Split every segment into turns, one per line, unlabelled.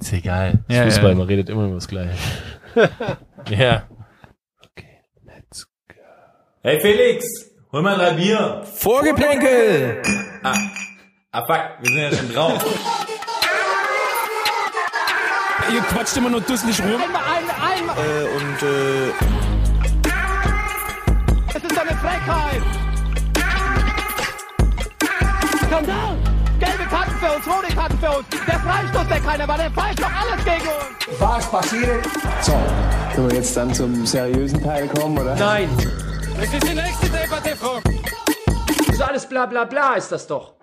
Ist egal.
Ja,
Fußball,
ja.
man redet immer über das Gleiche. ja.
Hey Felix, hol mal drei Bier.
Vorgeplänkel!
Ah fuck, wir sind ja schon drauf.
Ihr quatscht immer nur dusselig rum.
Es ist eine Frechheit! Skandal! Gelbe Karten für uns, rote Karten für uns. Der Freistoß, der keiner war, der pfeift doch alles gegen uns.
Was passiert? So, können wir jetzt dann zum seriösen Teil kommen, oder?
ist alles bla bla bla ist das doch.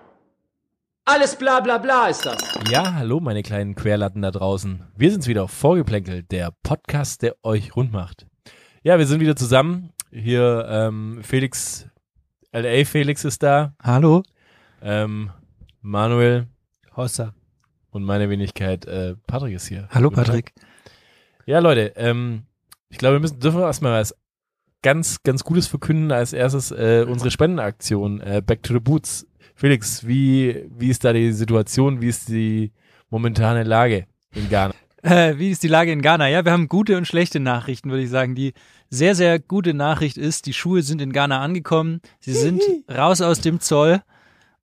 Alles bla bla bla ist das.
Ja, hallo meine kleinen Querlatten da draußen. Wir sind's wieder, Vorgeplänkel, der Podcast, der euch rund macht. Ja, wir sind wieder zusammen. Hier ähm, Felix, LA Felix ist da,
Hallo?
ähm, Manuel
Hossa.
und meine Wenigkeit äh, Patrick ist hier.
Hallo
Guten Tag.
Patrick.
Ja, Leute, ähm, ich glaube, wir müssen dürfen wir erstmal was ganz, ganz Gutes verkünden. Als erstes äh, unsere Spendenaktion äh, Back to the Boots. Felix, wie, wie ist da die Situation? Wie ist die momentane Lage in Ghana?
Äh, wie ist die Lage in Ghana? Ja, wir haben gute und schlechte Nachrichten, würde ich sagen. Die sehr, sehr gute Nachricht ist, die Schuhe sind in Ghana angekommen. Sie sind raus aus dem Zoll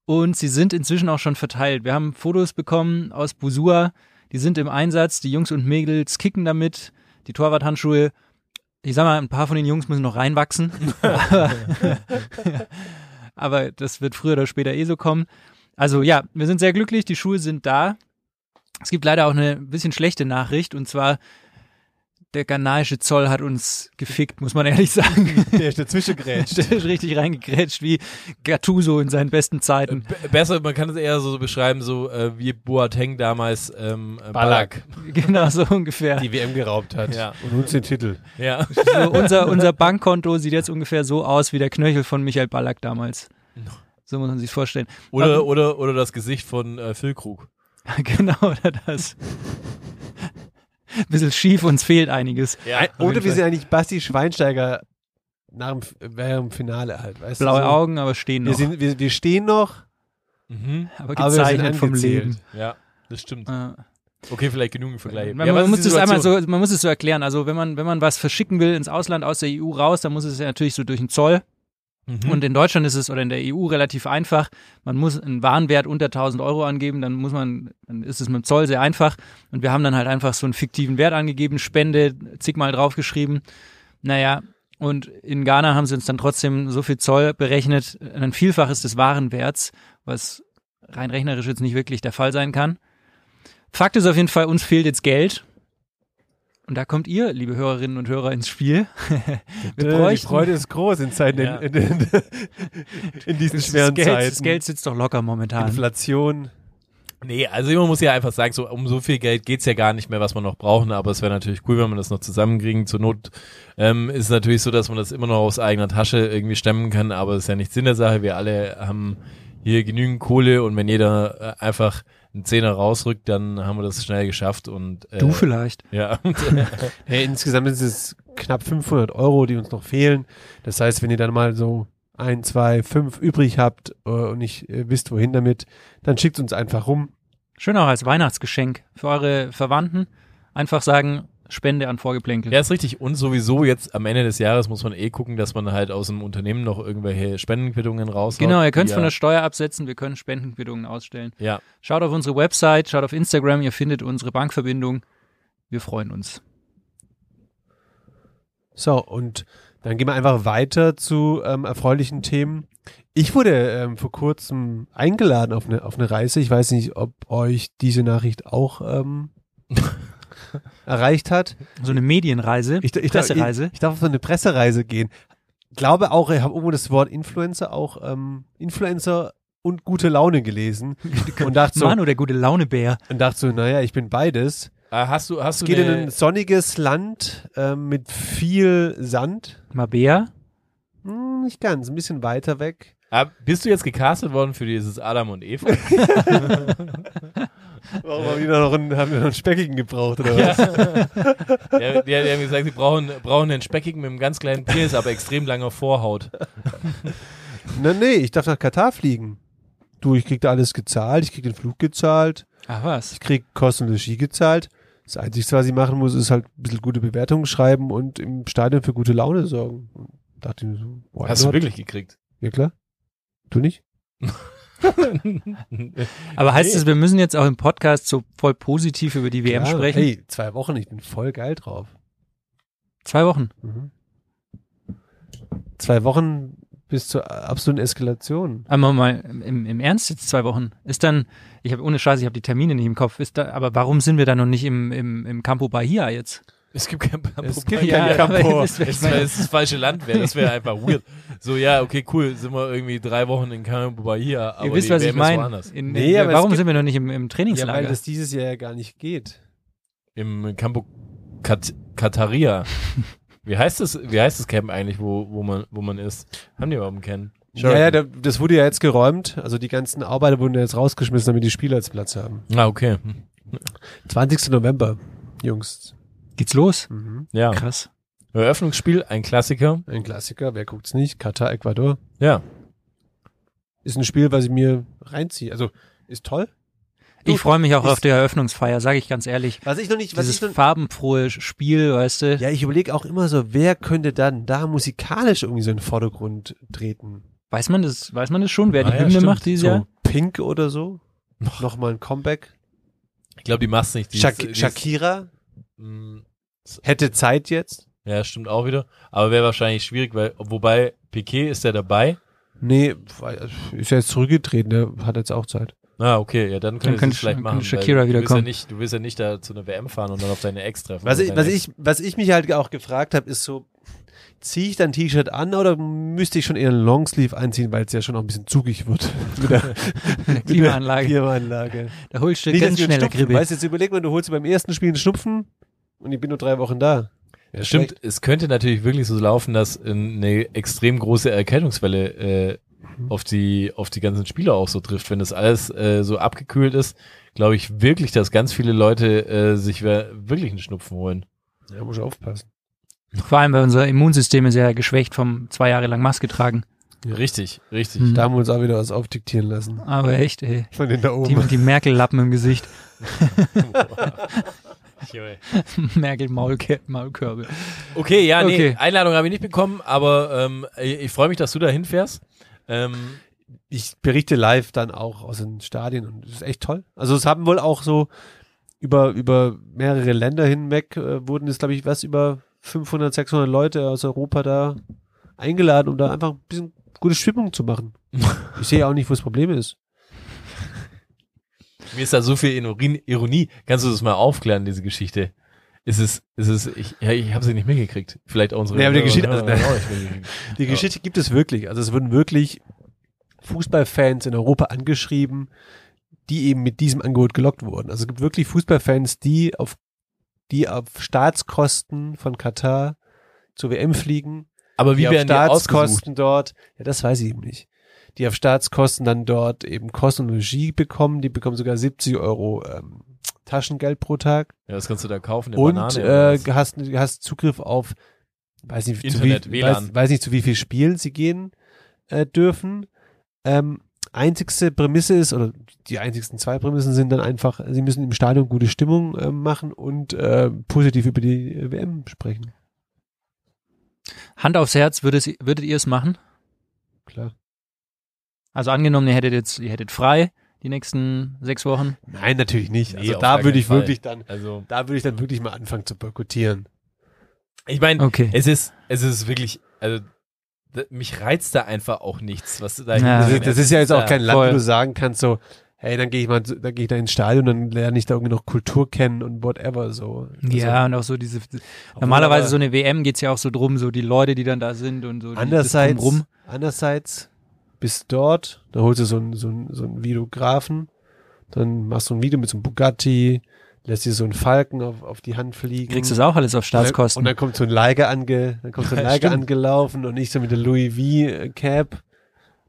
und sie sind inzwischen auch schon verteilt. Wir haben Fotos bekommen aus Busua. Die sind im Einsatz. Die Jungs und Mädels kicken damit. Die Torwarthandschuhe. Ich sag mal, ein paar von den Jungs müssen noch reinwachsen. aber, aber das wird früher oder später eh so kommen. Also ja, wir sind sehr glücklich. Die Schuhe sind da. Es gibt leider auch eine bisschen schlechte Nachricht und zwar der ghanaische Zoll hat uns gefickt, muss man ehrlich sagen.
Der ist dazwischen
Der ist richtig reingegrätscht wie Gattuso in seinen besten Zeiten.
Äh,
Besser, man kann es eher so beschreiben, so äh, wie Boateng damals ähm, äh, Ballack
Genau so ungefähr.
die WM geraubt hat. Ja,
Und uns den Titel.
ja.
So unser, unser Bankkonto sieht jetzt ungefähr so aus wie der Knöchel von Michael Ballack damals. So muss man sich vorstellen.
Oder, oder, oder das Gesicht von äh, Phil Krug.
genau, oder das. Ein bisschen schief, uns fehlt einiges.
Ja.
Oder wir sind eigentlich Basti Schweinsteiger nach dem, während dem Finale halt. Weißt
Blaue
du, so.
Augen, aber stehen
Wir,
noch.
sind, wir, wir stehen noch,
Mhm.
Aber
aber wir sind
gezeichnet vom Leben.
ja, das stimmt.
Ja.
Okay, vielleicht genug im Vergleich.
Man,
ja, was
man,
ist
muss
die
das einmal
Situation?
so, man muss es so erklären. Also wenn man, wenn man was verschicken will ins Ausland aus der EU raus, dann muss es ja natürlich so durch den Zoll.
Mhm.
Und in Deutschland ist es oder in der EU relativ einfach. Man muss einen Warenwert unter 1000 Euro angeben, dann muss man, dann ist es mit dem Zoll sehr einfach. Und wir haben dann halt einfach so einen fiktiven Wert angegeben, Spende zigmal draufgeschrieben. Naja, und in Ghana haben sie uns dann trotzdem so viel Zoll berechnet, ein Vielfaches des Warenwerts, was rein rechnerisch jetzt nicht wirklich der Fall sein kann. Fakt ist auf jeden Fall, uns fehlt jetzt Geld. Und da kommt ihr, liebe Hörerinnen und Hörer, ins Spiel. wir
äh, die
bräuchten
Freude ist groß in Zeiten,
Ja.
in, in, in, in diesen
das
schweren
Geld,
Zeiten.
Das Geld sitzt doch locker momentan.
Inflation.
Nee, also man muss ja einfach sagen, so um so viel Geld geht's ja gar nicht mehr, was man noch brauchen, aber es wäre natürlich cool, wenn man das noch zusammenkriegen. Zur Not ähm, ist es natürlich so, dass man das immer noch aus eigener Tasche irgendwie stemmen kann, aber es ist ja nicht Sinn der Sache. Wir alle haben hier genügend Kohle und wenn jeder äh, einfach einen Zehner rausrückt, dann haben wir das schnell geschafft und äh,
Du vielleicht.
ja,
Hey, insgesamt sind es knapp 500 Euro, die uns noch fehlen. Das heißt, wenn ihr dann mal so ein, zwei, fünf übrig habt äh, und nicht äh, wisst, wohin damit, dann schickt uns einfach rum.
Schön auch als Weihnachtsgeschenk für eure Verwandten. Einfach sagen, Spende an Vorgeplänkel.
Ja, ist richtig. Und sowieso jetzt am Ende des Jahres muss man eh gucken, dass man halt aus dem Unternehmen noch irgendwelche Spendenquittungen raushaut.
Genau, ihr könnt
die
von
ja,
der Steuer absetzen, wir können Spendenquittungen ausstellen.
Ja,
Schaut auf unsere Website, schaut auf Instagram, ihr findet unsere Bankverbindung. Wir freuen uns.
So, und dann gehen wir einfach weiter zu ähm, erfreulichen Themen. Ich wurde ähm, vor kurzem eingeladen auf eine, auf eine Reise. Ich weiß nicht, ob euch diese Nachricht auch ähm, erreicht hat.
So eine Medienreise,
Ich, ich,
Pressereise.
Ich, ich darf auf so eine Pressereise gehen. Glaube auch, ich habe irgendwo das Wort Influencer auch ähm, Influencer und gute Laune gelesen und dachte so,
Manu, der gute Launebär.
und dachte so, naja, ich bin beides.
Äh, hast du hast
Es
du
geht in
eine-
ein sonniges Land ähm, mit viel Sand.
Mal Bär?
Hm, nicht ganz, ein bisschen weiter weg.
Ah, bist du jetzt gecastet worden für dieses Adam und Eva?
Warum haben die da noch einen, haben wir noch einen Speckigen gebraucht oder was?
der, der, die haben gesagt, sie brauchen, brauchen einen Speckigen mit einem ganz kleinen Penis, aber extrem langer Vorhaut.
Ne, Na, nee, ich darf nach Katar fliegen. Du, ich krieg da alles gezahlt, ich krieg den Flug gezahlt.
Ach was.
Ich krieg kostenlos Ski gezahlt. Das Einzige, was ich machen muss, ist halt ein bisschen gute Bewertungen schreiben und im Stadion für gute Laune sorgen. Und dachte ich mir so, why
Hast du
not?
wirklich gekriegt?
Ja klar. Du nicht?
Aber heißt es, wir müssen jetzt auch im Podcast so voll positiv über die WM
Klar.
sprechen?
Hey, zwei Wochen, ich bin voll geil drauf.
Zwei Wochen.
Mhm. Zwei Wochen bis zur absoluten Eskalation.
Aber mal im, im Ernst jetzt zwei Wochen. Ist dann, ich habe ohne Scheiß, ich habe die Termine nicht im Kopf. Ist da, aber warum sind wir da noch nicht im, im, im Campo Bahia jetzt?
Es gibt kein
Es
Problem.
gibt kein Campo.
das wär- ich
Es wäre
mein,
das falsche Land, wäre das wäre einfach weird. So, ja, okay, cool, sind wir irgendwie drei Wochen in Kambodscha hier, aber
ihr wisst,
die
was ich
WM ist
meine.
woanders.
In-
Nee,
in-
aber es
Warum
gibt-
sind wir noch nicht im, im
Ja, weil
Trainingslager?
das dieses Jahr ja gar nicht geht.
Im Campo Kat Kataria. Wie heißt das, wie heißt das Camp eigentlich, wo, wo man, wo man ist? Haben die überhaupt einen Ken?
Ja, ja, da- das wurde ja jetzt geräumt. Also die ganzen Arbeiter wurden ja jetzt rausgeschmissen, damit die Spieler jetzt Platz haben.
Ah, okay.
20. November, Jungs.
Geht's los?
Mhm.
Ja.
Krass.
Eröffnungsspiel, ein Klassiker.
Ein Klassiker, wer guckt's nicht? Katar, Ecuador.
Ja.
Ist ein Spiel, was ich mir reinziehe. Also, ist toll.
Ich freue mich auch
ist-
auf die Eröffnungsfeier, sage ich ganz ehrlich.
Was ich noch nicht,
Dieses farbenfrohe Spiel, weißt du?
Ja, ich überlege auch immer so, wer könnte dann da musikalisch irgendwie so in den Vordergrund treten?
Weiß man das, weiß man das schon, wer die
Ah ja,
Hymne
stimmt.
macht dieses
So
Jahr?
Pink oder so? Nochmal ein Comeback.
Ich glaube, die machst nicht. Die
Shak
ist- die ist-
Shakira
Mm,
hätte Zeit jetzt.
Ja, stimmt auch wieder. Aber wäre wahrscheinlich schwierig, weil, wobei, Piquet ist ja dabei.
Nee, weil- ist ja jetzt zurückgetreten, der hat jetzt auch Zeit.
Ah, okay, ja, dann könnte
könnte
es vielleicht
Sha-
machen.
könnte
weil
Shakira
du
wieder
willst
kommen.
Ja nicht, du willst ja nicht da zu einer WM fahren und dann auf deine Ex treffen.
Was
oder
ich,
deine
was,
Ex.
ich, was ich mich halt auch gefragt habe, ist so, ziehe ich dann T-Shirt an oder müsste ich schon eher einen Longsleeve anziehen, weil es ja schon auch ein bisschen zugig wird mit der mit der
Klimaanlage.
Klimaanlage.
Da holst du
Nicht, dass
ganz
wir einen
schneller
Schnupfen-
Grippe.
Weißt du, jetzt überleg mal, du holst dir beim ersten Spiel einen Schnupfen und ich bin nur drei Wochen da. Ja,
Stimmt, es könnte natürlich wirklich so laufen, dass äh, eine extrem große Erkältungswelle äh, auf, die, auf die ganzen Spieler auch so trifft. Wenn das alles äh, so abgekühlt ist, glaube ich wirklich, dass ganz viele Leute äh, sich wer- wirklich einen Schnupfen holen.
Ja, muss ich aufpassen.
Vor allem, weil unser Immunsystem ist ja geschwächt vom zwei Jahre lang Maske tragen.
Richtig, richtig.
Mhm.
Da haben wir uns auch wieder was aufdiktieren lassen.
Aber echt, ey.
Von den da
Die,
oben.
die Merkel-Lappen im Gesicht.
Junge.
Merkel-Maulkörbe.
Okay, ja, nee,
Okay.
Einladung habe ich nicht bekommen, aber ähm, ich, ich freue mich, dass du da hinfährst. Ähm,
Ich berichte live dann auch aus den Stadien und das ist echt toll. Also es haben wohl auch so über, über mehrere Länder hinweg äh, wurden jetzt, glaube ich, was über 500, 600 Leute aus Europa da eingeladen, um da einfach ein bisschen gute Stimmung zu machen. Ich sehe auch nicht, wo das Problem ist.
Mir ist da so viel Ironie. Ironie. Kannst du das mal aufklären, diese Geschichte? Ist es, ist es, ich, ja, ich habe sie nicht mitgekriegt. Vielleicht auch unsere.
Nee, aber die
Hörer-
Geschichte-
Hörer-
also,
Hörer auch nicht mitgekriegt.
Die
Ja.
Geschichte gibt es wirklich. Also es wurden wirklich Fußballfans in Europa angeschrieben, die eben mit diesem Angebot gelockt wurden. Also es gibt wirklich Fußballfans, die auf, die auf Staatskosten von Katar zur WM fliegen,
aber wie
die auf
werden die ausgesucht?
Staatskosten dort, ja, das weiß ich eben nicht, die auf Staatskosten dann dort eben Kosten und Regie bekommen, die bekommen sogar 70 Euro ähm, Taschengeld pro Tag
Ja, was kannst du da kaufen? Eine
und
Banane oder
äh,
was?
hast, hast Zugriff auf, weiß nicht,
Internet,
zu wie,
WLAN.
Weiß, weiß nicht, zu wie viel Spielen sie gehen äh, dürfen. Ähm, einzigste Prämisse ist, oder die einzigsten zwei Prämissen sind dann einfach, sie müssen im Stadion gute Stimmung äh, machen und äh, positiv über die äh, WM sprechen.
Hand aufs Herz, würdet, sie- würdet ihr es machen?
Klar.
Also angenommen, ihr hättet jetzt, ihr hättet frei die nächsten sechs Wochen.
Nein, natürlich nicht.
Nee,
also
auf
da
gar
würde
keinen
ich
Fall.
wirklich dann,
also,
da würde ich dann wirklich mal anfangen zu boykottieren.
ich meine,
Okay.
es ist, es ist wirklich, also, d- mich reizt da einfach auch nichts, was du da
Ja.
Das,
hinten
ist- das ist ja jetzt auch kein Land,
voll.
wo du sagen kannst, so, hey, dann gehe ich mal, dann gehe ich da ins Stadion, dann lerne ich da irgendwie noch Kultur kennen und whatever so. Also,
Ja, und auch so diese, normalerweise so eine WM geht's ja auch so drum, so die Leute, die dann da sind und so. die- das
Andererseits,
Drumrum.
andererseits bist dort, dann holst du so einen, so einen, so einen Videografen, dann machst du ein Video mit so einem Bugatti, lässt dir so einen Falken auf, auf die Hand fliegen.
Kriegst du das auch alles auf Staatskosten?
Und dann kommt so ein Leiger ange, dann kommt so ein
Ja,
Leiger
stimmt.
angelaufen und ich so mit der Louis V äh, Cap,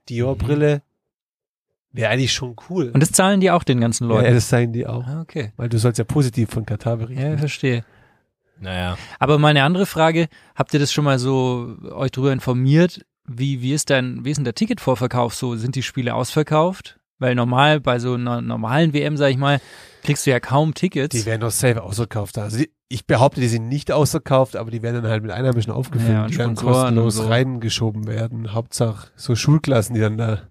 Dior Brille. Wäre eigentlich schon cool.
Mhm. Und das zahlen die auch den ganzen
ja,
Leuten.
das zeigen die auch.
Ah, okay.
Weil du sollst ja positiv von Katar berichten.
Ja, verstehe.
Naja.
Aber mal eine andere Frage, habt ihr das schon mal so äh, euch darüber informiert? Wie, wie ist denn, wie ist denn der Ticketvorverkauf so? Sind die Spiele ausverkauft? Weil normal, bei so einer normalen WM, sag ich mal, kriegst du ja kaum Tickets.
Die werden doch safe ausverkauft. Also die, ich behaupte, die sind nicht ausverkauft, aber die werden dann halt mit Einheimischen aufgefüllt.
Ja, und
die werden
Sponsoren
kostenlos
und so.
reingeschoben werden. Hauptsache so Schulklassen, die dann da.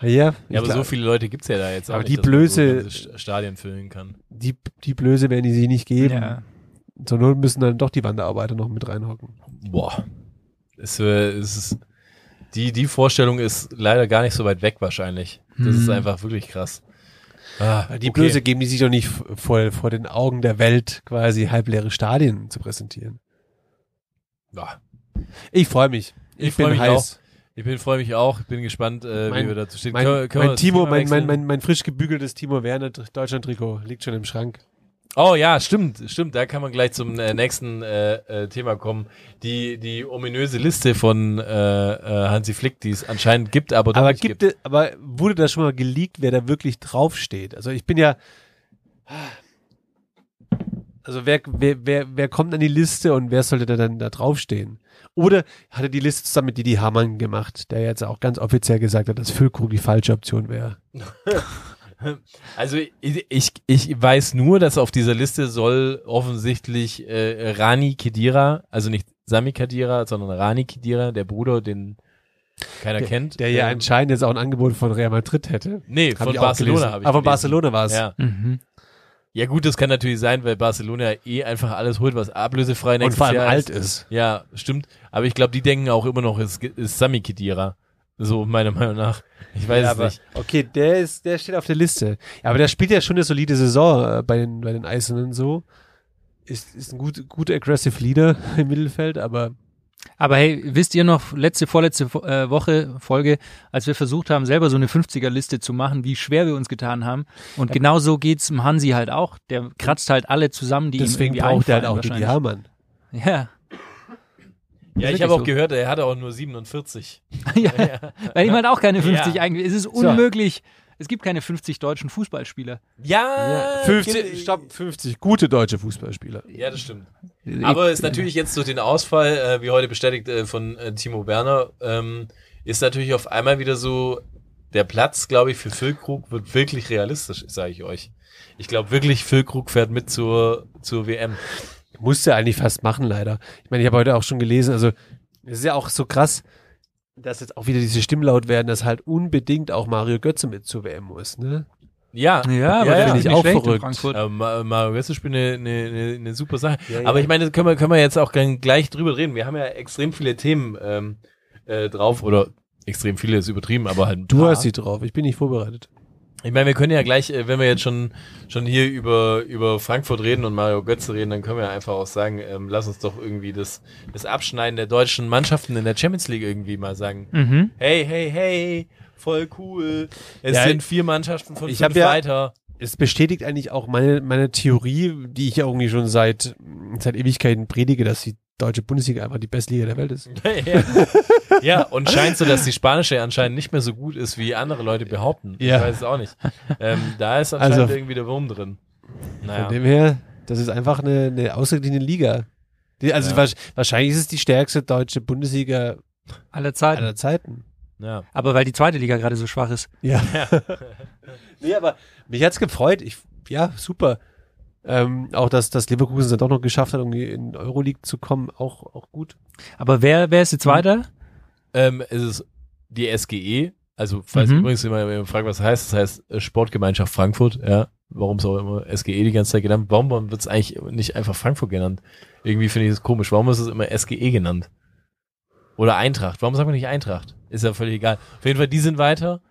Ah Ja,
Ja, aber
ich glaub,
so viele Leute gibt's ja da jetzt. auch
Aber
nicht,
die
dass man so
Blöße-
ganze St- Stadien füllen kann.
die, die Blöße werden die sich nicht geben.
ja.
Zur Not müssen dann doch die Wanderarbeiter noch mit reinhocken.
Boah. Es, äh, es ist, die, die Vorstellung ist leider gar nicht so weit weg wahrscheinlich. Das ist einfach wirklich krass. Ah,
Weil Hm. die
okay.
Blöße geben die sich doch nicht f- vor, vor den Augen der Welt quasi halbleere Stadien zu präsentieren.
Ja.
Ich freue mich. Ich,
Ich freu
bin
mich
heiß.
Ich bin, freue mich auch. Ich bin gespannt, äh,
Mein-
wie wir dazu stehen. Können wir-
Mein,
können wir
mein
das
Timo,
Thema
mein, mein,
wechseln?
mein, mein frisch gebügeltes Timo Werner Deutschland-Trikot liegt schon im Schrank.
Oh ja, stimmt, stimmt. Da kann man gleich zum äh, nächsten äh, äh, Thema kommen. Die, die ominöse Liste von äh, äh, Hansi Flick, die es anscheinend gibt, aber doch
Aber
nicht
gibt es, aber wurde da schon mal geleakt, wer da wirklich draufsteht? Also ich bin ja. Also wer, wer, wer, wer kommt an die Liste und wer sollte da dann da draufstehen? Oder hat er die Liste zusammen mit Didi Hamann gemacht, der jetzt auch ganz offiziell gesagt hat, dass Füllkrug die falsche Option wäre?
Also ich, ich, ich weiß nur, dass auf dieser Liste soll offensichtlich äh, Rani Kedira, also nicht Sami Kedira, sondern Rani Kedira, der Bruder, den keiner kennt.
Der ja
äh,
anscheinend jetzt auch ein Angebot von Real Madrid hätte.
Nee,
Hab
von
ich auch gelesen.
Barcelona habe ich
Ah, von
gelesen.
Barcelona war es.
Ja.
Mhm.
ja gut, das kann natürlich sein, weil Barcelona eh einfach alles holt, was ablösefrei
Und
nächstes
vor allem
Jahr
alt
ist.
ist.
Ja, stimmt. Aber ich glaube, die denken auch immer noch, es ist Sami Kedira. So meiner Meinung nach. Ich weiß
Ja,
es
aber,
nicht.
Okay, der ist, der steht auf der Liste. Ja, aber der spielt ja schon eine solide Saison äh, bei den, bei den Eisernen so. Ist, ist ein gut, gut aggressive Leader im Mittelfeld, aber
Aber hey, wisst ihr noch, letzte, vorletzte Fo- äh, Woche, Folge, als wir versucht haben, selber so eine 50er-Liste zu machen, wie schwer wir uns getan haben. Und genau so geht's dem Hansi halt auch. Der kratzt halt alle zusammen, die
deswegen
ihm irgendwie
braucht er halt auch
einfallen
Didi
wahrscheinlich.
Hamann.
Ja.
Ja, ich
wirklich
habe auch
so.
gehört, er hatte auch nur 47.
ja, weil ihm halt auch keine 50
Ja.
eigentlich. Es ist unmöglich. Es gibt keine 50 deutschen Fußballspieler.
Äh,
Ja,
50, stopp, 50 gute deutsche Fußballspieler.
Ja, das stimmt. Aber ist natürlich jetzt durch den Ausfall, äh, wie heute bestätigt äh, von äh, Timo Werner, ähm, ist natürlich auf einmal wieder so, der Platz, glaube ich, für Füllkrug wird wirklich realistisch, sage ich euch. Ich glaube wirklich, Füllkrug fährt mit zur, zur WM.
Musste eigentlich fast machen, leider. Ich meine, ich habe heute auch schon gelesen, also es ist ja auch so krass, dass jetzt auch wieder diese Stimmen laut werden, dass halt unbedingt auch Mario Götze mit zur WM muss, ne?
Ja,
Ja, aber das
ja, finde
ist
ich
nicht
auch
schlecht in
verrückt.
Frankfurt.
Ähm, Ma- Mario Götze spielt eine, eine, eine, eine super Sache.
Ja, ja.
Aber ich meine, das können wir, können wir jetzt auch gern gleich drüber reden. Wir haben ja extrem viele Themen ähm, äh, drauf oder extrem viele ist übertrieben, aber halt ein
Du
paar.
hast sie drauf, ich bin nicht vorbereitet.
Ich meine, wir können ja gleich, äh, wenn wir jetzt schon, schon hier über, über Frankfurt reden und Mario Götze reden, dann können wir einfach auch sagen, ähm, lass uns doch irgendwie das, das Abschneiden der deutschen Mannschaften in der Champions League irgendwie mal sagen.
Mhm.
Hey, hey, hey, voll cool. Es
Ja,
sind vier Mannschaften von
ich
fünf
hab ja-
weiter.
es bestätigt eigentlich auch meine, meine Theorie, die ich ja irgendwie schon seit, seit Ewigkeiten predige, dass die deutsche Bundesliga einfach die beste Liga der Welt ist.
ja. ja, und scheint so, dass die spanische anscheinend nicht mehr so gut ist, wie andere Leute behaupten.
Ja.
Ich weiß es auch nicht. Ähm, da ist anscheinend
Also-
irgendwie der Wurm drin.
Von
Naja.
dem her, das ist einfach eine, eine ausgeglichene Liga. Die, also
Ja.
wahrsch- wahrscheinlich ist es die stärkste deutsche Bundesliga
Alle Zeiten.
aller Zeiten.
Ja.
Aber weil die zweite Liga gerade so schwach ist.
Ja. nee, aber mich hat's gefreut. Ich, ja, super. Ähm, auch, dass, dass Leverkusen es dann doch noch geschafft hat, irgendwie in Euroleague zu kommen, auch, auch gut.
Aber wer, wer ist jetzt weiter?
Ähm, es ist die SGE, also falls
Mhm.
übrigens jemand jemand fragt, was heißt, das heißt äh, Sportgemeinschaft Frankfurt, ja. Warum es auch immer SGE die ganze Zeit genannt? Warum wird es eigentlich nicht einfach Frankfurt genannt? Irgendwie finde ich das komisch. Warum ist es immer SGE genannt? Oder Eintracht. Warum sagt man nicht Eintracht? Ist ja völlig egal. Auf jeden Fall, die sind weiter.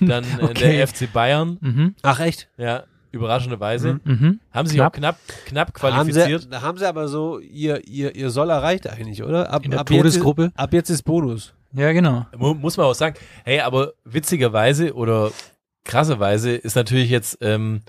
Dann äh,
Okay.
der FC Bayern,
Mhm.
Ach, echt?
ja, überraschende Weise.
Mhm.
Haben sich
Knapp.
auch knapp, knapp
Haben sie,
qualifiziert.
da haben sie aber so ihr, ihr, ihr Soll erreicht eigentlich, oder? Ab,
In der
ab jetzt ist-
Todesgruppe?
ab jetzt ist Bonus.
Ja, genau.
Mu- muss man auch sagen. Hey, aber witzigerweise oder krasserweise ist natürlich jetzt ähm,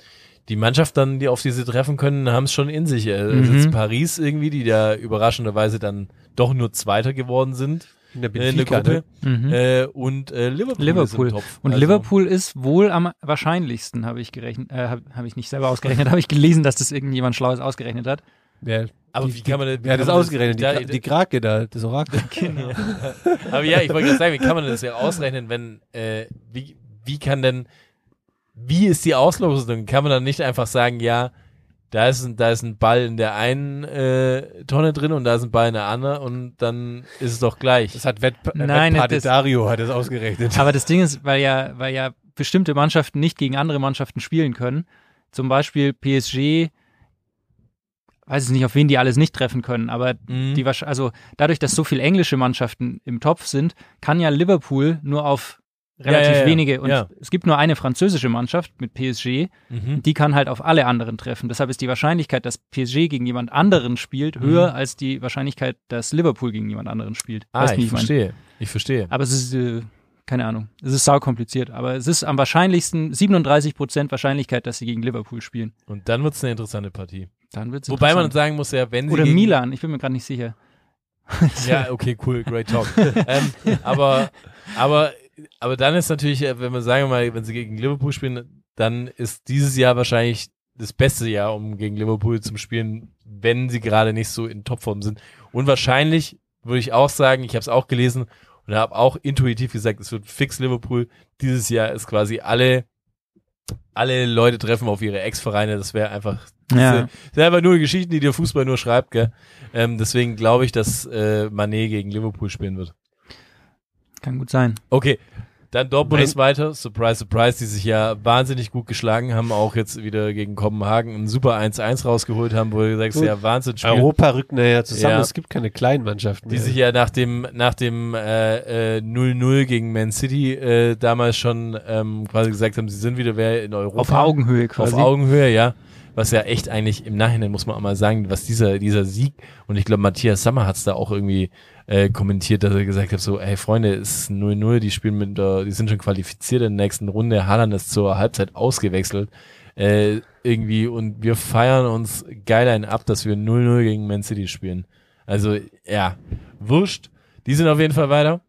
die Mannschaft dann, die auf diese treffen können, haben es schon in sich. Äh, es
Mhm.
ist Paris irgendwie, die da überraschenderweise dann doch nur Zweiter geworden sind
In der
äh, in der
Benfica,
Gruppe.
ne?
Mhm.
Äh, und äh, Liverpool,
Liverpool.
ist im Topf.
Und
Also,
Liverpool ist wohl am wahrscheinlichsten, habe ich gerechnet, äh, habe hab ich nicht selber ausgerechnet, habe ich gelesen, dass das irgendjemand Schlaues ausgerechnet hat.
Wer,
Aber wie kann man denn-
wer hat
wie
das
kann man das-
ausgerechnet?
da-
die, Kra- die Krake da, das Orakel.
Aber ja, ich wollte gerade sagen, wie kann man das ja ausrechnen, wenn äh, wie, wie wie kann denn, wie ist die Auslosung? Kann man dann nicht einfach sagen, ja, da ist ein, da ist ein Ball in der einen äh, Tonne drin und da ist ein Ball in der anderen und dann ist es doch gleich.
Das hat Wett
Nein,
Wettpate
das-
Dario hat das ausgerechnet.
Aber das Ding ist, weil ja, weil ja bestimmte Mannschaften nicht gegen andere Mannschaften spielen können. Zum Beispiel PSG, weiß ich nicht, auf wen die alles nicht treffen können, aber
Mhm.
die wahrsch- also dadurch, dass so viele englische Mannschaften im Topf sind, kann ja Liverpool nur auf relativ
ja, ja.
wenige und
Ja.
es gibt nur eine französische Mannschaft mit PSG,
Mhm.
die kann halt auf alle anderen treffen. Deshalb ist die Wahrscheinlichkeit, dass PSG gegen jemand anderen spielt,
Mhm.
höher als die Wahrscheinlichkeit, dass Liverpool gegen jemand anderen spielt.
Ah,
Weißt du, wie
ich
meine?
verstehe. Ich verstehe.
Aber es ist, äh, keine Ahnung, es ist sau kompliziert. Aber es ist am wahrscheinlichsten 37% Wahrscheinlichkeit, dass sie gegen Liverpool spielen.
Und dann wird es eine interessante Partie.
Dann wird's
Wobei man
interessant.
sagen muss, ja, wenn sie.
Oder
gegen,
Milan, ich bin mir gerade nicht sicher.
Ja, okay, cool, great talk. ähm, aber, aber, aber dann ist natürlich, äh, wenn wir sagen wir mal, wenn sie gegen Liverpool spielen, dann ist dieses Jahr wahrscheinlich das beste Jahr, um gegen Liverpool zu spielen, wenn sie gerade nicht so in Topform sind. Und wahrscheinlich würde ich auch sagen, ich habe es auch gelesen und habe auch intuitiv gesagt, es wird fix Liverpool. Dieses Jahr ist quasi alle, alle Leute treffen auf ihre Ex-Vereine. Das wäre einfach
Ja.
das sind einfach nur Geschichten, die der Fußball nur schreibt, gell? Ähm, deswegen glaube ich, dass äh, Manet gegen Liverpool spielen wird.
Kann gut sein.
Okay, dann Dortmund ist weiter. Surprise, surprise, die sich ja wahnsinnig gut geschlagen haben, auch jetzt wieder gegen Kopenhagen ein super 1-1 rausgeholt haben, wo du sagst,
Gut.
ja, Wahnsinnsspiel.
Europa rückt näher zusammen.
Ja.
Es gibt keine kleinen Mannschaften
Die
mehr.
sich ja nach dem nach dem äh, äh, 0-0 gegen Man City äh, damals schon ähm, quasi gesagt haben, sie sind wieder wer in Europa.
Auf Augenhöhe quasi.
Auf Augenhöhe, ja. Was ja echt eigentlich im Nachhinein muss man auch mal sagen, was dieser, dieser Sieg, und ich glaube, Matthias Sammer hat es da auch irgendwie äh, kommentiert, dass er gesagt hat: so, ey Freunde, es ist 0-0, die spielen mit der, die sind schon qualifiziert in der nächsten Runde, Haaland ist zur Halbzeit ausgewechselt. Äh, irgendwie, und wir feiern uns geil einen ab, dass wir 0-0 gegen Man City spielen. Also, ja, wurscht. Die sind auf jeden Fall weiter.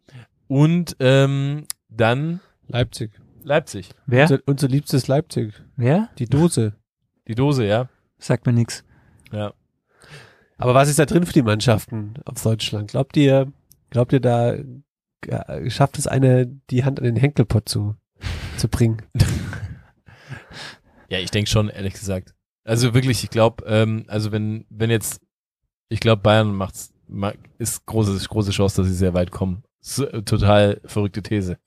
Und ähm, dann
Leipzig.
Leipzig.
Wer?
Unser, unser liebstes Leipzig.
Wer?
Die Dose.
Die Dose, ja.
Sagt mir nichts.
Ja.
Aber was ist da drin für die Mannschaften aus Deutschland? Glaubt ihr, glaubt ihr da äh, schafft es eine, die Hand an den Henkelpott zu, zu bringen?
Ja, ich denke schon, ehrlich gesagt. Also wirklich, ich glaube, ähm, also wenn, wenn jetzt, ich glaube, Bayern macht's, ma- ist große, ist große Chance, dass sie sehr weit kommen. S- äh, total verrückte These.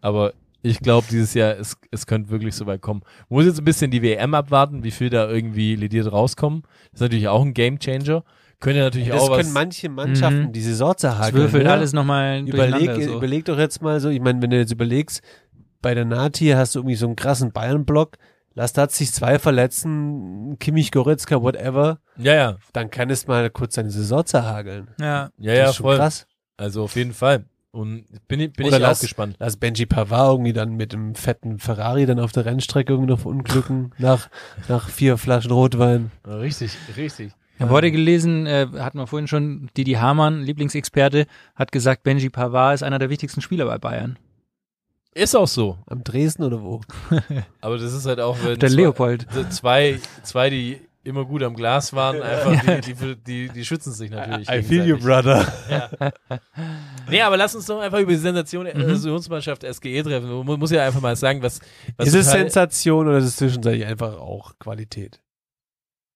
Aber ich glaube, dieses Jahr, es, es könnte wirklich so weit kommen. Man muss jetzt ein bisschen die WM abwarten, wie viel da irgendwie lediert rauskommen. ist natürlich auch ein Gamechanger. Könnte natürlich
Das
auch was.
können manche Mannschaften
Mhm.
die Saison
Es
zerhaken.
würfelt
genau.
ne?
alles nochmal
Überleg,
durcheinander. So.
überleg doch jetzt mal so, ich meine, wenn du jetzt überlegst, bei der Nati hast du irgendwie so einen krassen Bayern-Block, lass da sich zwei verletzen, Kimmich, Goretzka, whatever,
ja, ja,
dann kann es mal kurz seine Saison zerhageln.
Ja.
ja,
Das
ja,
ist schon
voll.
krass.
Also auf jeden Fall. Und bin, ich- bin
Oder
ich auch
lass-
gespannt.
Lass Benji Pavard irgendwie dann mit dem fetten Ferrari dann auf der Rennstrecke irgendwie noch verunglücken, nach, nach vier Flaschen Rotwein.
Richtig, richtig.
Ich habe heute gelesen, äh, hatten wir vorhin schon, Didi Hamann, Lieblingsexperte, hat gesagt, Benji Pavard ist einer der wichtigsten Spieler bei Bayern.
Ist auch so.
Am Dresden oder wo?
Aber das ist halt auch, wenn
Der
zwei-
Leopold.
so zwei, zwei, die immer gut am Glas waren, einfach die, die, die, die schützen sich natürlich. gegenseitig.
brother.
Nee, aber lass uns doch einfach über die Sensation äh, der Sensationsmannschaft SGE E treffen. Man mu- muss ja einfach mal sagen, was, was
Ist es
total-
Sensation oder ist es zwischenzeitlich einfach auch Qualität?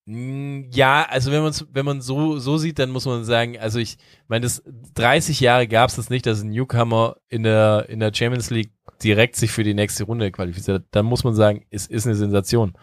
Mm, Ja, also wenn man wenn man so so sieht, dann muss man sagen, also ich meine, das 30 Jahre gab es das nicht, dass ein Newcomer in der in der Champions League direkt sich für die nächste Runde qualifiziert hat. Dann muss man sagen, es ist eine Sensation.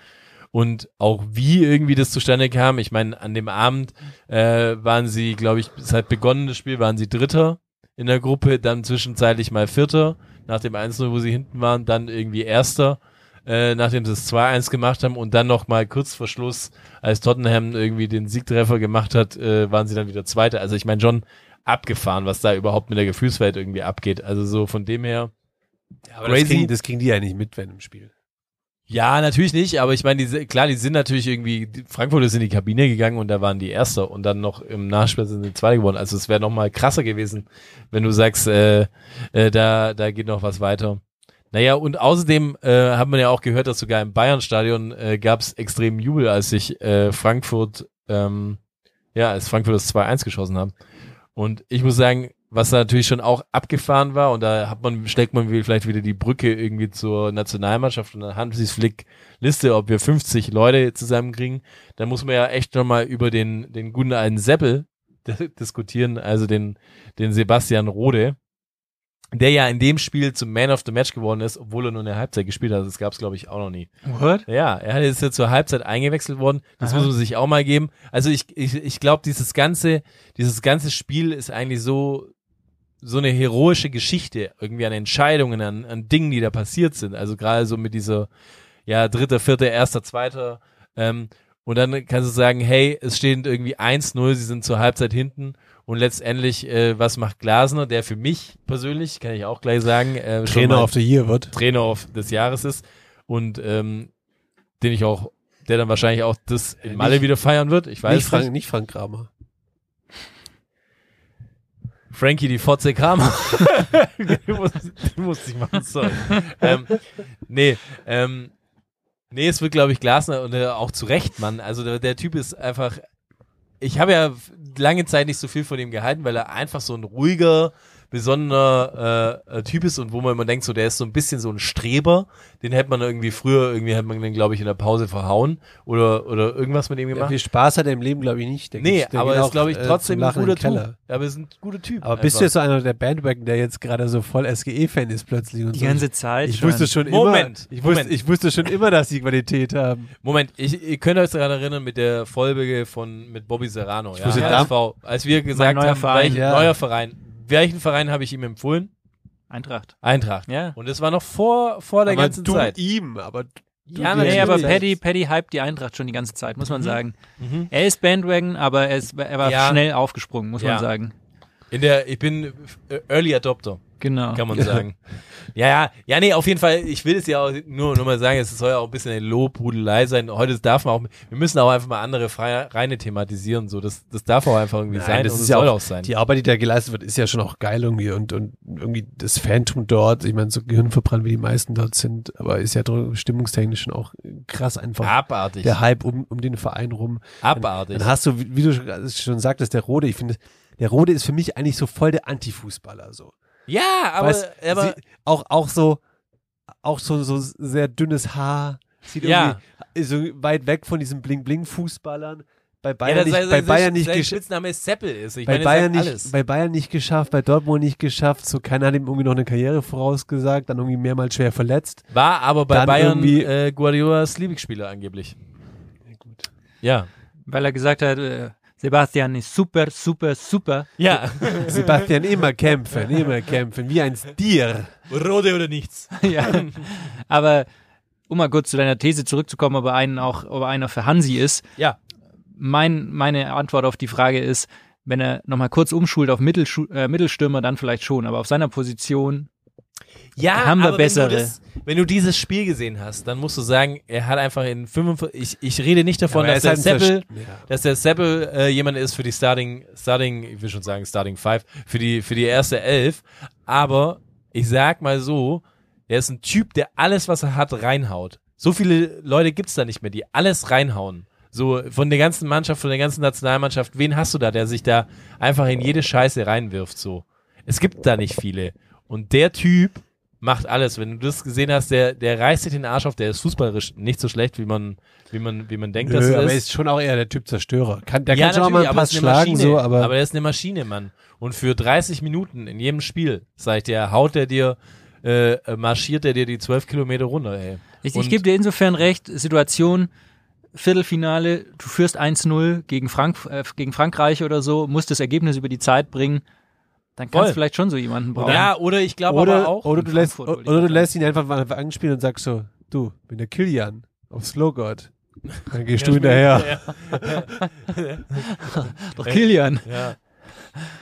Und auch wie irgendwie das zustande kam, ich meine, an dem Abend äh, waren sie, glaube ich, seit begonnen das Spiel waren sie Dritter in der Gruppe, dann zwischenzeitlich mal Vierter, nach dem 1-0, wo sie hinten waren, dann irgendwie Erster, äh, nachdem sie es 2-1 gemacht haben und dann noch mal kurz vor Schluss als Tottenham irgendwie den Siegtreffer gemacht hat, äh, waren sie dann wieder Zweiter. Also ich meine schon abgefahren, was da überhaupt mit der Gefühlswelt irgendwie abgeht. Also so von dem her.
Aber das kriegen, das kriegen die ja nicht mit, wenn im Spiel.
Ja, natürlich nicht, aber ich meine, die, klar, die sind natürlich irgendwie, die- Frankfurt ist in die Kabine gegangen und da waren die Erster und dann noch im Nachspiel sind die Zweite geworden. Also es wäre noch mal krasser gewesen, wenn du sagst, äh, äh, da, da geht noch was weiter. Naja, und außerdem äh, hat man ja auch gehört, dass sogar im Bayern-Stadion äh, gab es extremen Jubel, als sich äh, Frankfurt, ähm, ja, als Frankfurt das 2-1 geschossen haben. Und ich muss sagen, was natürlich schon auch abgefahren war und da hat man, steckt man wie- vielleicht wieder die Brücke irgendwie zur Nationalmannschaft und dann haben sie Flick Liste, ob wir 50 Leute zusammenkriegen, dann muss man ja echt nochmal über den, den guten alten Seppel d- diskutieren, also den, den Sebastian Rode, der ja in dem Spiel zum Man of the Match geworden ist, obwohl er nur eine Halbzeit gespielt hat. Das gab es, glaube ich, auch noch nie.
What?
Ja, er ist ja zur Halbzeit eingewechselt worden. Das muss man sich auch mal geben. Also ich, ich, ich glaube, dieses ganze, dieses ganze Spiel ist eigentlich so, so eine heroische Geschichte irgendwie an Entscheidungen, an, an Dingen, die da passiert sind. Also gerade so mit dieser, ja, dritter, vierter, erster, zweiter. Ähm, und dann kannst du sagen, hey, es stehen irgendwie 1-0, sie sind zur Halbzeit hinten. Und letztendlich, äh, was macht Glasner, der für mich persönlich, kann ich auch gleich sagen, äh, schon
Trainer
mal-
of the Year wird.
Trainer of, des Jahres ist und ähm, den ich auch, der dann wahrscheinlich auch das in Malle wieder feiern wird. Ich weiß
Nicht Frank,
nicht.
nicht Frank Kramer.
Frankie die Fotze kam. den, musste, den musste ich machen, sorry. ähm, nee, ähm, nee, es wird, glaube ich, Glasner und äh, auch zu Recht, Mann. Also der, der Typ ist einfach. Ich habe ja f- lange Zeit nicht so viel von ihm gehalten, weil er einfach so ein ruhiger, besonderer äh, äh, Typ ist und wo man immer denkt, so der ist so ein bisschen so ein Streber. Den hätte man irgendwie früher, irgendwie hätte man den, glaube ich, in der Pause verhauen oder, oder irgendwas mit ihm
Ja,
gemacht.
viel Spaß hat er im Leben, glaube ich, nicht. Der
nee,
geht- der
aber
geht
er
auch,
ist, glaube ich,
äh,
trotzdem
zum
ein
Lachen in
guter
den Keller.
Typ. Aber er ist ein guter Typ.
Aber bist du
einfach.
jetzt so einer der Bandwagon, der jetzt gerade so voll SGE-Fan ist plötzlich? Und
Die
so?
ganze Zeit
Ich
schon.
wusste schon
Moment,
immer. Ich
Moment.
wusste, ich wusste schon immer, dass die Qualität haben.
Moment, ich, ihr könnt euch daran erinnern mit der Folge von mit Bobby Serrano, ja,
wusste
ja.
da-
SV, als wir gesagt
neuer
haben,
Verein,
welchen,
ja.
neuer Verein, welchen Verein habe ich ihm empfohlen?
Eintracht.
Eintracht.
Ja.
Und das war noch vor vor der
aber
ganzen
du
Zeit.
ihm, aber du
Ja,
dir
Nee,
natürlich.
aber
selbst.
Paddy, Paddy hypt die Eintracht schon die ganze Zeit, muss
Mhm.
man sagen. Er ist Bandwagon, aber er, ist, er war
Ja.
schnell aufgesprungen, muss
Ja.
man sagen.
In der, ich bin äh, Early Adopter.
Genau.
kann man sagen. ja, ja, ja, nee, auf jeden Fall, ich will es ja auch nur, nur mal sagen, es soll ja auch ein bisschen eine Lobhudelei sein. Heute darf man auch, wir müssen auch einfach mal andere Vereine thematisieren, so, das, das darf auch einfach irgendwie sein
das
und
ist
es
ja
soll
auch,
auch sein.
Die Arbeit, die da geleistet wird, ist ja schon auch geil irgendwie und, und irgendwie das Phantom dort, ich meine, so gehirnverbrannt wie die meisten dort sind, aber ist ja dr- stimmungstechnisch schon auch krass einfach.
Abartig.
Der Hype um, um den Verein rum.
Abartig.
Dann hast du, wie wie du schon- schon sagtest, der Rode, ich finde, der Rode ist für mich eigentlich so voll der Antifußballer, so.
Ja, aber,
Weißt,
aber
sie, auch, auch so, auch so, so sehr dünnes Haar. Sieht
Ja.
irgendwie so weit weg von diesen Bling-Bling-Fußballern. Bei Bayern
das-
nicht,
sein-
bei
sein-
Bayern nicht,
sein
gesch
Spitzname Seppel ist. Ich
bei,
meine, er
Bayern
sagt
nicht
alles.
bei Bayern nicht geschafft, bei Dortmund nicht geschafft. So keiner hat ihm irgendwie noch eine Karriere vorausgesagt, dann irgendwie mehrmals schwer verletzt.
War aber bei
Dann
Bayern
irgendwie-
äh, Guardiolas Lieblingsspieler angeblich. Ja.
Weil er gesagt hat, äh, Sebastian ist super, super, super.
Ja.
Sebastian immer kämpfen, immer kämpfen, wie ein Stier.
Rode oder nichts.
ja. Aber um mal kurz zu deiner These zurückzukommen, ob er einen auch, ob er einer für Hansi ist.
Ja.
Mein, meine Antwort auf die Frage ist, wenn er nochmal kurz umschult auf Mittelschu äh, Mittelstürmer, dann vielleicht schon, aber auf seiner Position.
Ja,
Haben wir
aber
bessere.
Wenn du, das, wenn du dieses Spiel gesehen hast, dann musst du sagen, er hat einfach in 45. Ich, ich rede nicht davon,
Ja, aber
dass,
er
der
ist halt ein
Seppel,
Zerst- Ja.
dass der Seppel äh, jemand ist für die Starting, Starting, ich will schon sagen Starting Five, für die, für die erste Elf. Aber ich sag mal so, er ist ein Typ, der alles, was er hat, reinhaut. So viele Leute gibt's da nicht mehr, die alles reinhauen. So von der ganzen Mannschaft, von der ganzen Nationalmannschaft, wen hast du da, der sich da einfach in jede Scheiße reinwirft? So, es gibt da nicht viele. Und der Typ macht alles. Wenn du das gesehen hast, der, der reißt sich den Arsch auf. Der ist fußballerisch nicht so schlecht, wie man, wie man, wie man denkt, dass
Nö,
er
aber
ist.
er ist schon auch eher der Typ Zerstörer. Kann, der kann schon auch
natürlich,
mal einen
aber
Pass
ist eine
schlagen,
Maschine.
so, aber,
er ist eine Maschine, Mann. Und für 30 Minuten in jedem Spiel, sag ich dir, haut er dir, äh, äh, marschiert er dir die 12 Kilometer runter, ey.
Ich,
Und-
ich gebe dir insofern recht, Situation, Viertelfinale, du führst 1-0 gegen, Frank äh, gegen Frankreich oder so, musst das Ergebnis über die Zeit bringen, dann kannst
Voll.
du vielleicht schon so jemanden brauchen.
Ja, oder ich glaube aber
oder,
auch.
oder,
in
du lässt,
Frankfurt, wollte ich
oder du
sagen.
lässt ihn einfach mal anspielen und sagst so, du, bin der Kilian auf Slowgod. Dann gehst du hinterher.
Doch Kilian.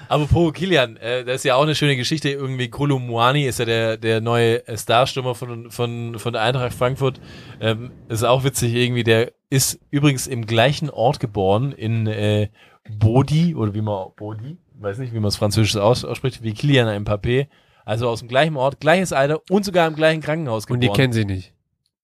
Aber pro Kilian, äh, das ist ja auch eine schöne Geschichte. Irgendwie Kolo Muani ist ja der, der neue äh, Starstürmer von, von, von Eintracht Frankfurt. Ähm, ist auch witzig irgendwie. Der ist übrigens im gleichen Ort geboren, in äh, Bodi, oder wie man Bodi, weiß nicht, wie man es französisch aus, ausspricht, wie Kilian ein Papé. Also aus dem gleichen Ort, gleiches Alter und sogar im gleichen Krankenhaus geboren.
Und die kennen sie nicht.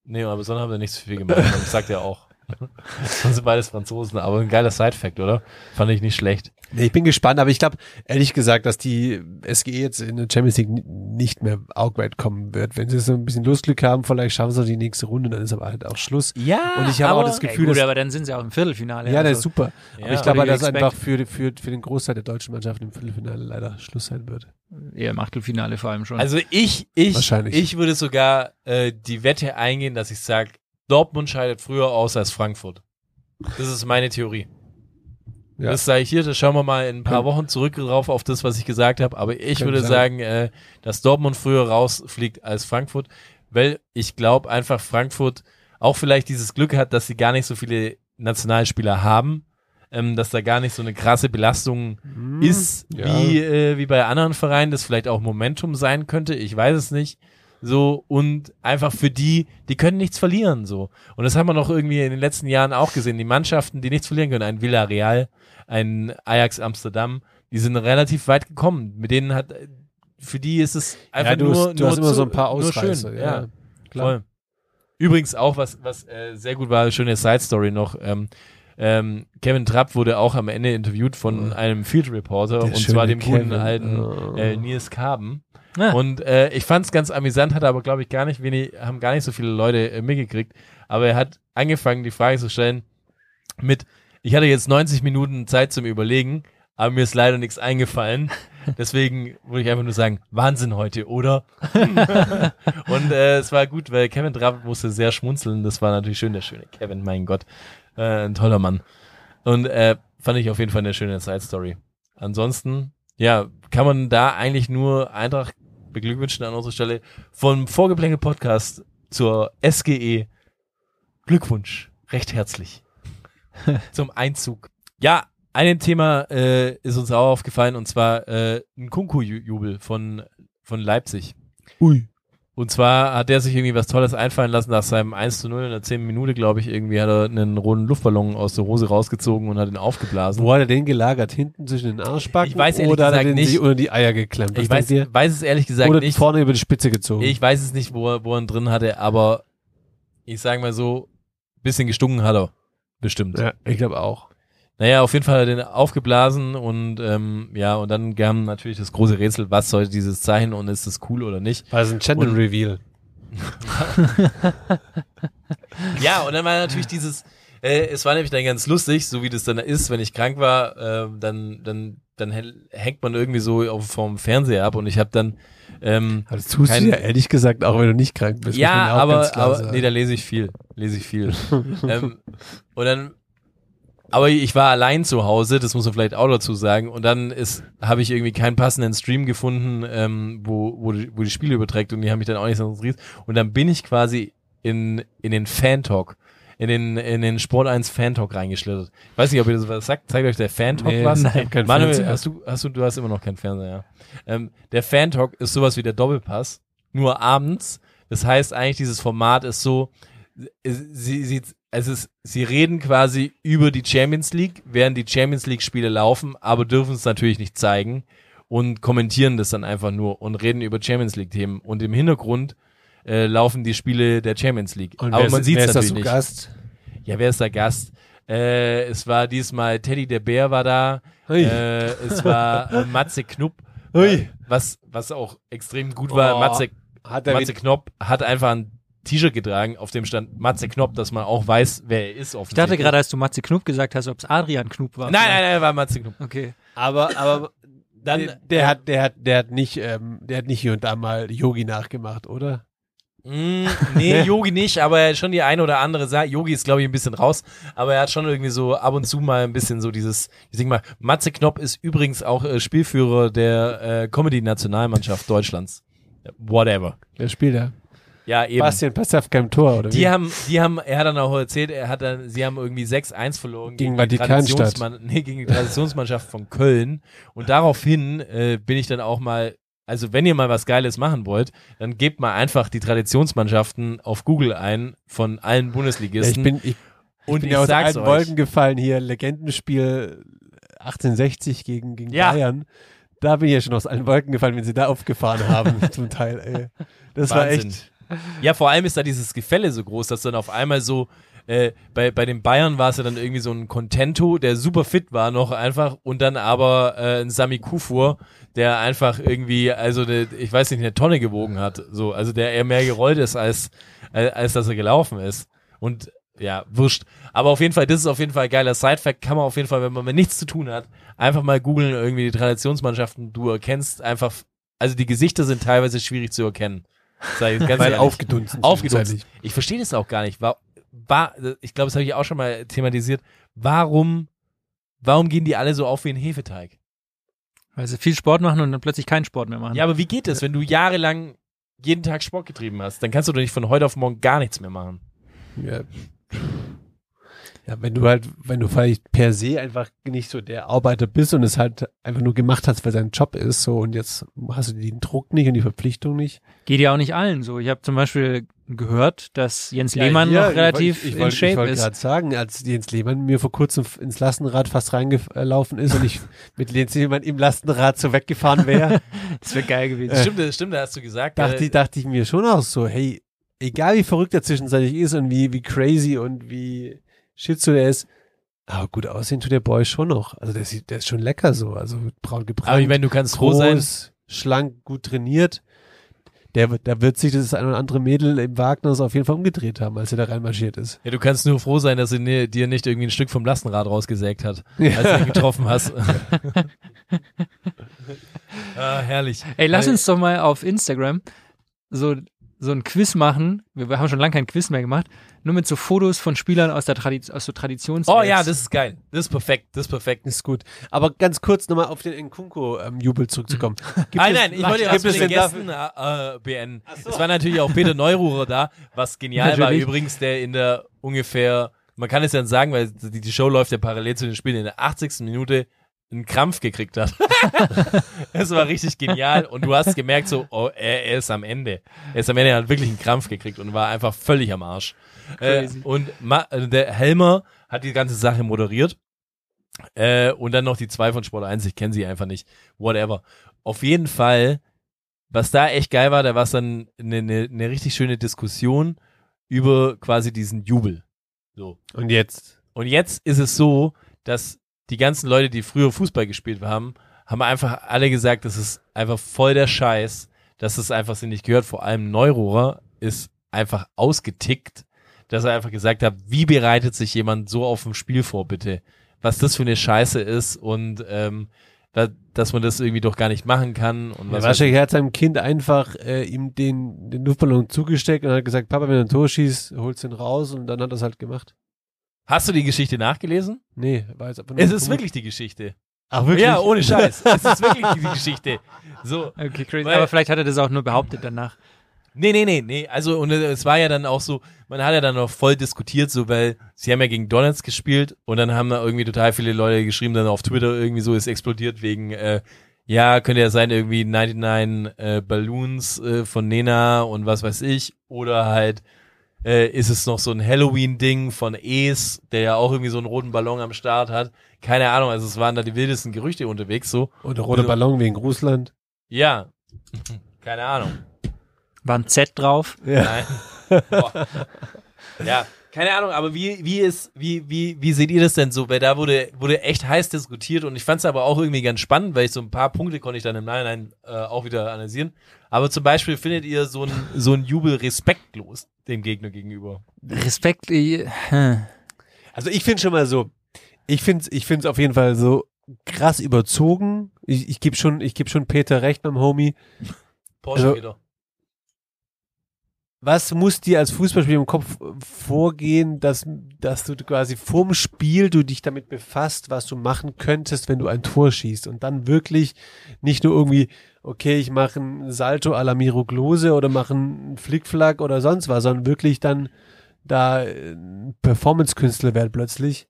Nee, aber sonst haben wir nichts viel gemacht. Das sagt er auch. Das sind beides Franzosen, aber ein geiler Side-Fact, oder? Fand ich nicht schlecht.
Nee, ich bin gespannt, aber ich glaube, ehrlich gesagt, dass die SGE jetzt in der Champions League ni- nicht mehr auch weit kommen wird. Wenn sie so ein bisschen Lustglück haben, vielleicht schaffen sie noch die nächste Runde, dann ist aber halt auch Schluss.
Ja,
Und ich habe auch das Gefühl,
ey, gut,
dass-
aber dann sind sie auch im Viertelfinale.
Ja,
also.
das ist super. Aber
Ja.
ich glaube,
What do you
dass
expect?
einfach für, für, für den Großteil der deutschen Mannschaften im Viertelfinale leider Schluss sein wird.
Ja, im Achtelfinale vor allem schon.
Also ich, ich,
Wahrscheinlich.
ich würde sogar äh, die Wette eingehen, dass ich sage, Dortmund scheidet früher aus als Frankfurt. Das ist meine Theorie.
Ja.
Das sage ich hier, das schauen wir mal in ein paar
Kann-
Wochen zurück drauf auf das, was ich gesagt habe. Aber ich
Könnte
würde sagen,
sein.
äh, dass Dortmund früher rausfliegt als Frankfurt, weil ich glaube einfach Frankfurt auch vielleicht dieses Glück hat, dass sie gar nicht so viele Nationalspieler haben, ähm, dass da gar nicht so eine krasse Belastung ist,
Hm, ja.
wie, äh, wie bei anderen Vereinen, das vielleicht auch Momentum sein könnte, ich weiß es nicht. So, und einfach für die, die können nichts verlieren, so. Und das haben wir noch irgendwie in den letzten Jahren auch gesehen. Die Mannschaften, die nichts verlieren können, ein Villarreal, ein Ajax Amsterdam, die sind relativ weit gekommen. Mit denen hat, für die ist es einfach
ja, du,
nur,
hast- du
nur
hast immer
zu-
so ein paar
nur schön,
Ausreißer. ja.
ja. Voll. Übrigens auch, was, was äh, sehr gut war, schöne Side-Story noch. Ähm, ähm, Kevin Trapp wurde auch am Ende interviewt von einem Field Reporter
Der
und
schöne
zwar dem guten
Kevin.
alten
Oh.
äh, Nils Kaben.
Ah.
Und äh, ich fand es ganz amüsant, hat aber, glaube ich, gar nicht wenig, haben gar nicht so viele Leute äh, mitgekriegt. Aber er hat angefangen, die Frage zu stellen mit, ich hatte jetzt 90 Minuten Zeit zum Überlegen, aber mir ist leider nichts eingefallen. Deswegen würde ich einfach nur sagen, Wahnsinn heute, oder? Und äh, es war gut, weil Kevin Trapp musste sehr schmunzeln. Das war natürlich schön, der schöne Kevin, mein Gott. Äh, ein toller Mann. Und äh, fand ich auf jeden Fall eine schöne Side-Story. Ansonsten, ja, kann man da eigentlich nur Eintracht beglückwünschen an unserer Stelle vom Vorgeplänkel-Podcast zur SGE. Glückwunsch, recht herzlich zum Einzug. Ja, ein Thema äh, ist uns auch aufgefallen und zwar äh, ein Kunku-Jubel von, von Leipzig.
Ui.
Und zwar hat der sich irgendwie was Tolles einfallen lassen nach seinem 1 zu 0 in der 10. Minute, glaube ich, irgendwie hat er einen roten Luftballon aus der Hose rausgezogen und hat ihn aufgeblasen.
Wo hat er den gelagert? Hinten zwischen den Arschbacken?
Ich weiß ehrlich
oder hat er
gesagt
den
nicht.
sich unter die Eier geklemmt?
ich
Was
weiß,
denkt ihr?
weiß es ehrlich gesagt
Oder
nicht.
vorne über die Spitze gezogen?
Ich weiß es nicht, wo er, wo er ihn drin hatte, aber ich sage mal so, bisschen gestunken hat er. Bestimmt.
ja, ich glaube auch.
Naja, auf jeden Fall hat er den aufgeblasen und ähm, ja, und dann kam natürlich das große Rätsel, was soll dieses Zeichen und ist es cool oder nicht?
War das ein Channel
Und-
Reveal?
Ja, und dann war natürlich dieses, äh, es war nämlich dann ganz lustig, so wie das dann ist, wenn ich krank war, äh, dann, dann, dann häng- hängt man irgendwie so auf, vom Fernseher ab und ich habe dann, ähm,
Aber das tust
Kein-
du ja ehrlich gesagt auch, wenn du nicht krank bist. muss man
ja,
auch ganz
aber,
klar
aber
sagen.
nee, da lese ich viel, lese ich viel. ähm, und dann, aber ich war allein zu Hause, das muss man vielleicht auch dazu sagen. Und dann ist, habe ich irgendwie keinen passenden Stream gefunden, ähm, wo, wo, die, wo die Spiele überträgt und die haben mich dann auch nicht sonst Und dann bin ich quasi in, in den Fan-Talk, in den, in den Sport 1 Fan-Talk reingeschlittert. Ich weiß nicht, ob ihr das was sagt. Zeigt euch der Fan-Talk
Nee,
was?
ich hab keinen
Manuel,
Fernseher.
hast du, hast du, du hast immer noch keinen Fernseher, ja. Ähm, der Fan-Talk ist sowas wie der Doppelpass, nur abends. Das heißt eigentlich, dieses Format ist so, äh, sie, sie, es ist, sie reden quasi über die Champions League, während die Champions League-Spiele laufen, aber dürfen es natürlich nicht zeigen und kommentieren das dann einfach nur und reden über Champions League-Themen. Und im Hintergrund äh, laufen die Spiele der Champions League.
Und
aber
wer
man
ist-
sieht
wer
es
ist
natürlich
das
nicht.
zu Gast?
Ja, wer ist der Gast? Äh, es war diesmal Teddy der Bär war da.
Ui.
Äh, es war äh, Matze Knupp.
Ui.
Was, was auch extrem gut war.
Oh,
Matze,
Hat
Matze Knopp hat einfach ein T-Shirt getragen, auf dem stand Matze Knopp, dass man auch weiß, wer er ist.
ich dachte gerade, als du Matze Knupp gesagt hast, ob es Adrian Knupp war.
Nein, nein, nein, war Matze Knupp.
Okay.
aber, aber dann, der, der hat, der hat, der hat nicht, ähm, der hat nicht hier und da mal Yogi nachgemacht, oder?
Mm, nee, Yogi nicht, aber schon die eine oder andere Sache. Yogi ist, glaube ich, ein bisschen raus, aber er hat schon irgendwie so ab und zu mal ein bisschen so dieses, ich denke mal, Matze Knopp ist übrigens auch äh, Spielführer der äh, Comedy-Nationalmannschaft Deutschlands. Whatever.
Wer spielt da?
Ja, eben.
Bastian Pastewka im Tor, oder wie?
Die haben, die haben, er hat dann auch erzählt, er hat dann, sie haben irgendwie 6-1 verloren
Gegen
die
Vatikanstadt.
Traditionsmann- nee, gegen die Traditionsmannschaft von Köln. Und daraufhin äh, bin ich dann auch mal, also wenn ihr mal was Geiles machen wollt, dann gebt mal einfach die Traditionsmannschaften auf Google ein von allen
ja,
Bundesligisten.
ich bin, ich,
und
bin
ich
ja aus
sag's
allen
euch.
Genau, Wolken gefallen hier. Legendenspiel 1860 gegen, gegen
Ja.
Bayern. Da bin ich ja schon aus allen Wolken gefallen, wenn sie da aufgefahren haben, zum Teil, ey. Das war
Wahnsinn.
echt.
Ja, vor allem ist da dieses Gefälle so groß, dass dann auf einmal so äh, bei, bei den Bayern war es ja dann irgendwie so ein Contento, der super fit war noch einfach und dann aber äh, ein Sami Kufur, der einfach irgendwie, also ne, ich weiß nicht, eine Tonne gewogen hat. So, also der eher mehr gerollt ist, als, als, als dass er gelaufen ist. Und ja, wurscht. Aber auf jeden Fall, das ist auf jeden Fall ein geiler Sidefact. Kann man auf jeden Fall, wenn man mit nichts zu tun hat, einfach mal googeln, irgendwie die Traditionsmannschaften, du erkennst einfach, also die Gesichter sind teilweise schwierig zu erkennen. Sag ich ganz
Weil
ehrlich.
aufgedunsen sind
Aufgedunsen.
zeitlich.
Ich verstehe das auch gar nicht. War, war, ich glaube, das habe ich auch schon mal thematisiert. Warum, warum gehen die alle so auf wie ein Hefeteig?
Weil sie viel Sport machen und dann plötzlich keinen Sport mehr machen.
Ja, aber wie geht das, wenn du jahrelang jeden Tag Sport getrieben hast? Dann kannst du doch nicht von heute auf morgen gar nichts mehr machen.
Ja. ja, wenn du halt, wenn du vielleicht per se einfach nicht so der Arbeiter bist und es halt einfach nur gemacht hast, weil sein Job ist, so und jetzt hast du den Druck nicht und die Verpflichtung nicht.
Geht ja auch nicht allen so. Ich habe zum Beispiel gehört, dass Jens Lehmann
Ja,
noch
ich-
relativ
ich, ich,
in
wollte- Ich
Shape
wollte
ist.
gerade sagen, als Jens Lehmann mir vor kurzem f- ins Lastenrad fast reingelaufen ist und ich mit Jens Lehmann im Lastenrad so weggefahren wäre,
Das wäre geil gewesen.
Stimmt, das stimmt, da hast du gesagt. äh,
dachte, ich- dachte ich mir schon auch so, hey, egal wie verrückt er zwischenzeitlich ist und wie, wie crazy und wie shitzu er ist, aber gut aussehen tut der Boy schon noch. Also der, sieht, der ist schon lecker so, also braun gebrannt.
aber ich meine, du kannst froh
groß,
sein.
schlank, gut trainiert. Der, wird- da wird sich das ein oder andere Mädel im Wagner auf jeden Fall umgedreht haben, als er da reinmarschiert ist.
Ja, du kannst nur froh sein, dass sie ne- dir nicht irgendwie ein Stück vom Lastenrad rausgesägt hat, als du ihn getroffen hast. ah, herrlich.
Ey, lass
Weil-
uns doch mal auf Instagram so, so ein Quiz machen. Wir wir haben schon lange kein Quiz mehr gemacht. Nur mit so Fotos von Spielern aus der Tradition, aus so Traditions.
Oh ja, das ist geil. Das ist perfekt. Das ist perfekt.
Ist gut. Aber ganz kurz nochmal auf den Nkunko-Jubel zurückzukommen. Gibt
Nein,
es-
nein, ich wollte ja was
gibt
mit
es
den
denn dafür-
Gästen äh, äh, beenden. Es war natürlich auch Peter Neururer da, was genial war
Natürlich.
übrigens, der in der ungefähr, man kann es ja sagen, weil die, die Show läuft ja parallel zu den Spielen, in der 80. Minute einen Krampf gekriegt hat. Es war richtig genial und du hast gemerkt so, oh, er, er ist am Ende. Er ist am Ende, er hat wirklich einen Krampf gekriegt und war einfach völlig am Arsch. Äh, und Ma äh, der Helmer hat die ganze Sache moderiert. Äh, und dann noch die zwei von Sport 1, ich kenne sie einfach nicht. Whatever. Auf jeden Fall, was da echt geil war, da war es dann eine ne, ne richtig schöne Diskussion über quasi diesen Jubel. So.
Und jetzt?
Und jetzt ist es so, dass die ganzen Leute, die früher Fußball gespielt haben, haben einfach alle gesagt, das ist einfach voll der Scheiß, dass es einfach sie nicht gehört. Vor allem Neurohrer ist einfach ausgetickt, dass er einfach gesagt hat, wie bereitet sich jemand so auf dem Spiel vor, bitte? Was das für eine Scheiße ist und ähm, da, dass man das irgendwie doch gar nicht machen kann und was
Ja,
weiß ich.
wahrscheinlich hat seinem Kind einfach äh, ihm den, den Luftballon zugesteckt und hat gesagt, Papa, wenn du ein Tor schießt, holst ihn raus und dann hat er es halt gemacht.
Hast du die Geschichte nachgelesen?
Nee, war jetzt einfach nur
Es
eine
ist
Vermu-
wirklich die Geschichte.
Ach, wirklich?
Ja, ohne Scheiß. es ist wirklich die Geschichte. So.
Okay, crazy.
Weil-
Aber vielleicht hat er das auch nur behauptet danach.
Nee, nee, nee, nee. Also, und äh, es war ja dann auch so, man hat ja dann noch voll diskutiert, so, weil sie haben ja gegen Donetsk gespielt und dann haben da irgendwie total viele Leute geschrieben, dann auf Twitter irgendwie so, ist explodiert wegen, äh, ja, könnte ja sein, irgendwie 99 äh, Balloons äh, von Nena und was weiß ich. Oder halt, äh, ist es noch so ein Halloween-Ding von Es, der ja auch irgendwie so einen roten Ballon am Start hat. Keine Ahnung, also es waren da die wildesten Gerüchte unterwegs, so.
Und der rote
Also-
Ballon wegen Russland.
Ja. Keine Ahnung.
War ein Z drauf.
Nein. Boah. ja, keine Ahnung, aber wie, wie ist, wie, wie, wie seht ihr das denn so? Weil da wurde, wurde echt heiß diskutiert und ich fand es aber auch irgendwie ganz spannend, weil ich so ein paar Punkte konnte ich dann im Nachhinein äh, auch wieder analysieren. Aber zum Beispiel findet ihr so einen so einen Jubel respektlos dem Gegner gegenüber.
Respekt. äh, hm.
Also ich finde schon mal so, ich finde ich find's auf jeden Fall so krass überzogen. Ich, ich gebe schon, ich geb schon Peter recht beim Homie.
Porsche
Also-
wieder.
was muss dir als Fußballspieler im Kopf äh, vorgehen, dass, dass du quasi vorm Spiel du dich damit befasst, was du machen könntest, wenn du ein Tor schießt und dann wirklich nicht nur irgendwie, okay, ich mache ein Salto à la Miro Klose oder mache einen Flickflack oder sonst was, sondern wirklich dann da äh, ein Performance-Künstler werden plötzlich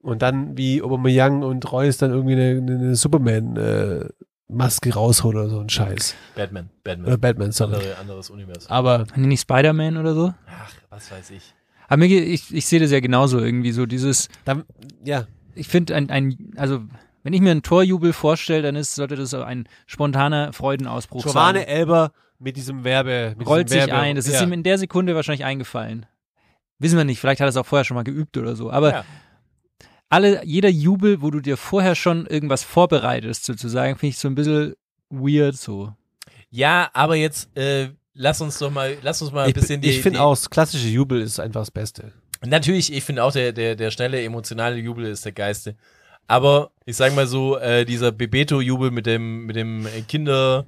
und dann wie Aubameyang und Reus dann irgendwie eine, eine Superman äh, Maske rausholt oder so ein Scheiß.
Batman, Batman.
Oder Batman, sorry.
Andere, anderes Universum.
Äh, Aber
Haben die nicht Spider-Man oder so?
Ach, was weiß ich.
Aber mir, ge- ich, ich sehe das ja genauso irgendwie so dieses,
dann, ja,
ich finde ein, ein, also wenn ich mir einen Torjubel vorstelle, dann ist, sollte das so ein spontaner Freudenausbruch
Giovanni
sein.
Elber mit diesem Werbe. Mit
Rollt
diesem
sich
Werbe
ein. Das ist
ja.
ihm in der Sekunde wahrscheinlich eingefallen. Wissen wir nicht, vielleicht hat er es auch vorher schon mal geübt oder so. Aber
Ja.
alle, jeder Jubel, wo du dir vorher schon irgendwas vorbereitest, sozusagen, finde ich so ein bisschen weird so.
Ja, aber jetzt äh, lass uns doch mal, lass uns mal ein
Ich,
bisschen die.
ich finde
die-
auch, das klassische Jubel ist einfach das Beste.
Natürlich, ich finde auch, der, der, der schnelle, emotionale Jubel ist der geiste. Aber ich sag mal so, äh, dieser Bebeto-Jubel mit dem, mit dem äh, Kinder,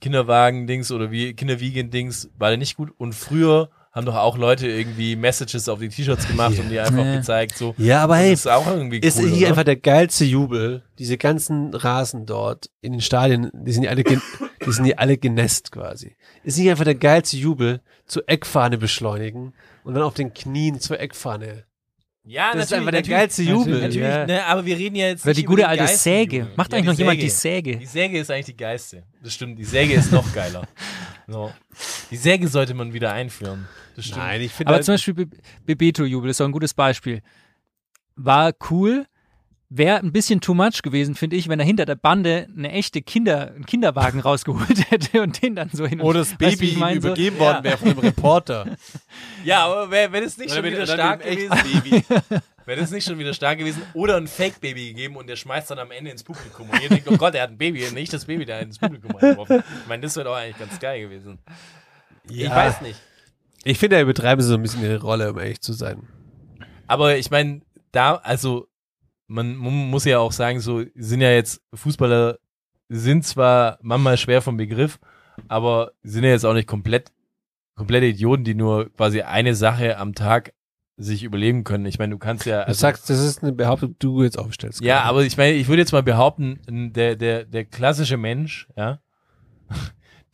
Kinderwagen-Dings oder wie Kinderwiegen-Dings war der nicht gut. Und früher haben doch auch Leute irgendwie Messages auf die T-Shirts gemacht und die einfach
Nee.
gezeigt, so.
Ja, aber hey,
das ist auch irgendwie cool.
ist hier
oder?
einfach der geilste Jubel. Diese ganzen Rasen dort in den Stadien, die sind ja alle, gen- die sind ja alle genässt quasi. Ist nicht einfach der geilste Jubel, zur Eckfahne beschleunigen und dann auf den Knien zur Eckfahne.
ja,
Das ist
natürlich,
einfach der
natürlich,
geilste Jubel.
Natürlich,
ja.
ne, aber wir reden ja jetzt.
Oder die
nicht über
gute alte
geilsten
Säge.
Jubel.
Macht
Ja,
eigentlich noch jemand die
Die
Säge?
Säge ist eigentlich die geilste. Das stimmt, die Säge ist noch geiler. So. Die Säge sollte man wieder einführen. Das stimmt.
Nein, ich finde halt,
Aber zum Beispiel Be- Bebeto-Jubel ist so ein gutes Beispiel. War cool. Wäre ein bisschen too much gewesen, finde ich, wenn er hinter der Bande eine echte Kinder, einen Kinderwagen rausgeholt hätte und den dann so hin und
oder das
Weißt du,
Baby
ich
ihm
mein, so-
übergeben worden wäre von einem Reporter.
Ja, aber wäre wär das nicht schon
Oder mit-
wieder
oder mit
stark
einem
gewesen? Wäre das nicht schon wieder stark gewesen? Oder ein Fake-Baby gegeben und der schmeißt dann am Ende ins Publikum. Und ihr denkt, oh Gott, er hat ein Baby und nicht das Baby da ins Publikum eingeworfen. Ich meine, das wäre doch eigentlich ganz geil gewesen. Ich weiß nicht.
Ich finde, da übertreiben sie so ein bisschen ihre Rolle, um ehrlich zu sein.
Aber ich meine, da, also, man, mu- muss ja auch sagen, so sind ja jetzt Fußballer, sind zwar manchmal schwer vom Begriff, aber sind ja jetzt auch nicht komplett, komplette Idioten, die nur quasi eine Sache am Tag sich überleben können. Ich meine, du kannst ja. also
Du sagst, das ist eine Behauptung, die du jetzt aufstellst.
Ja,
gerade.
aber ich meine, ich würde jetzt mal behaupten, n- der, der, der klassische Mensch, ja,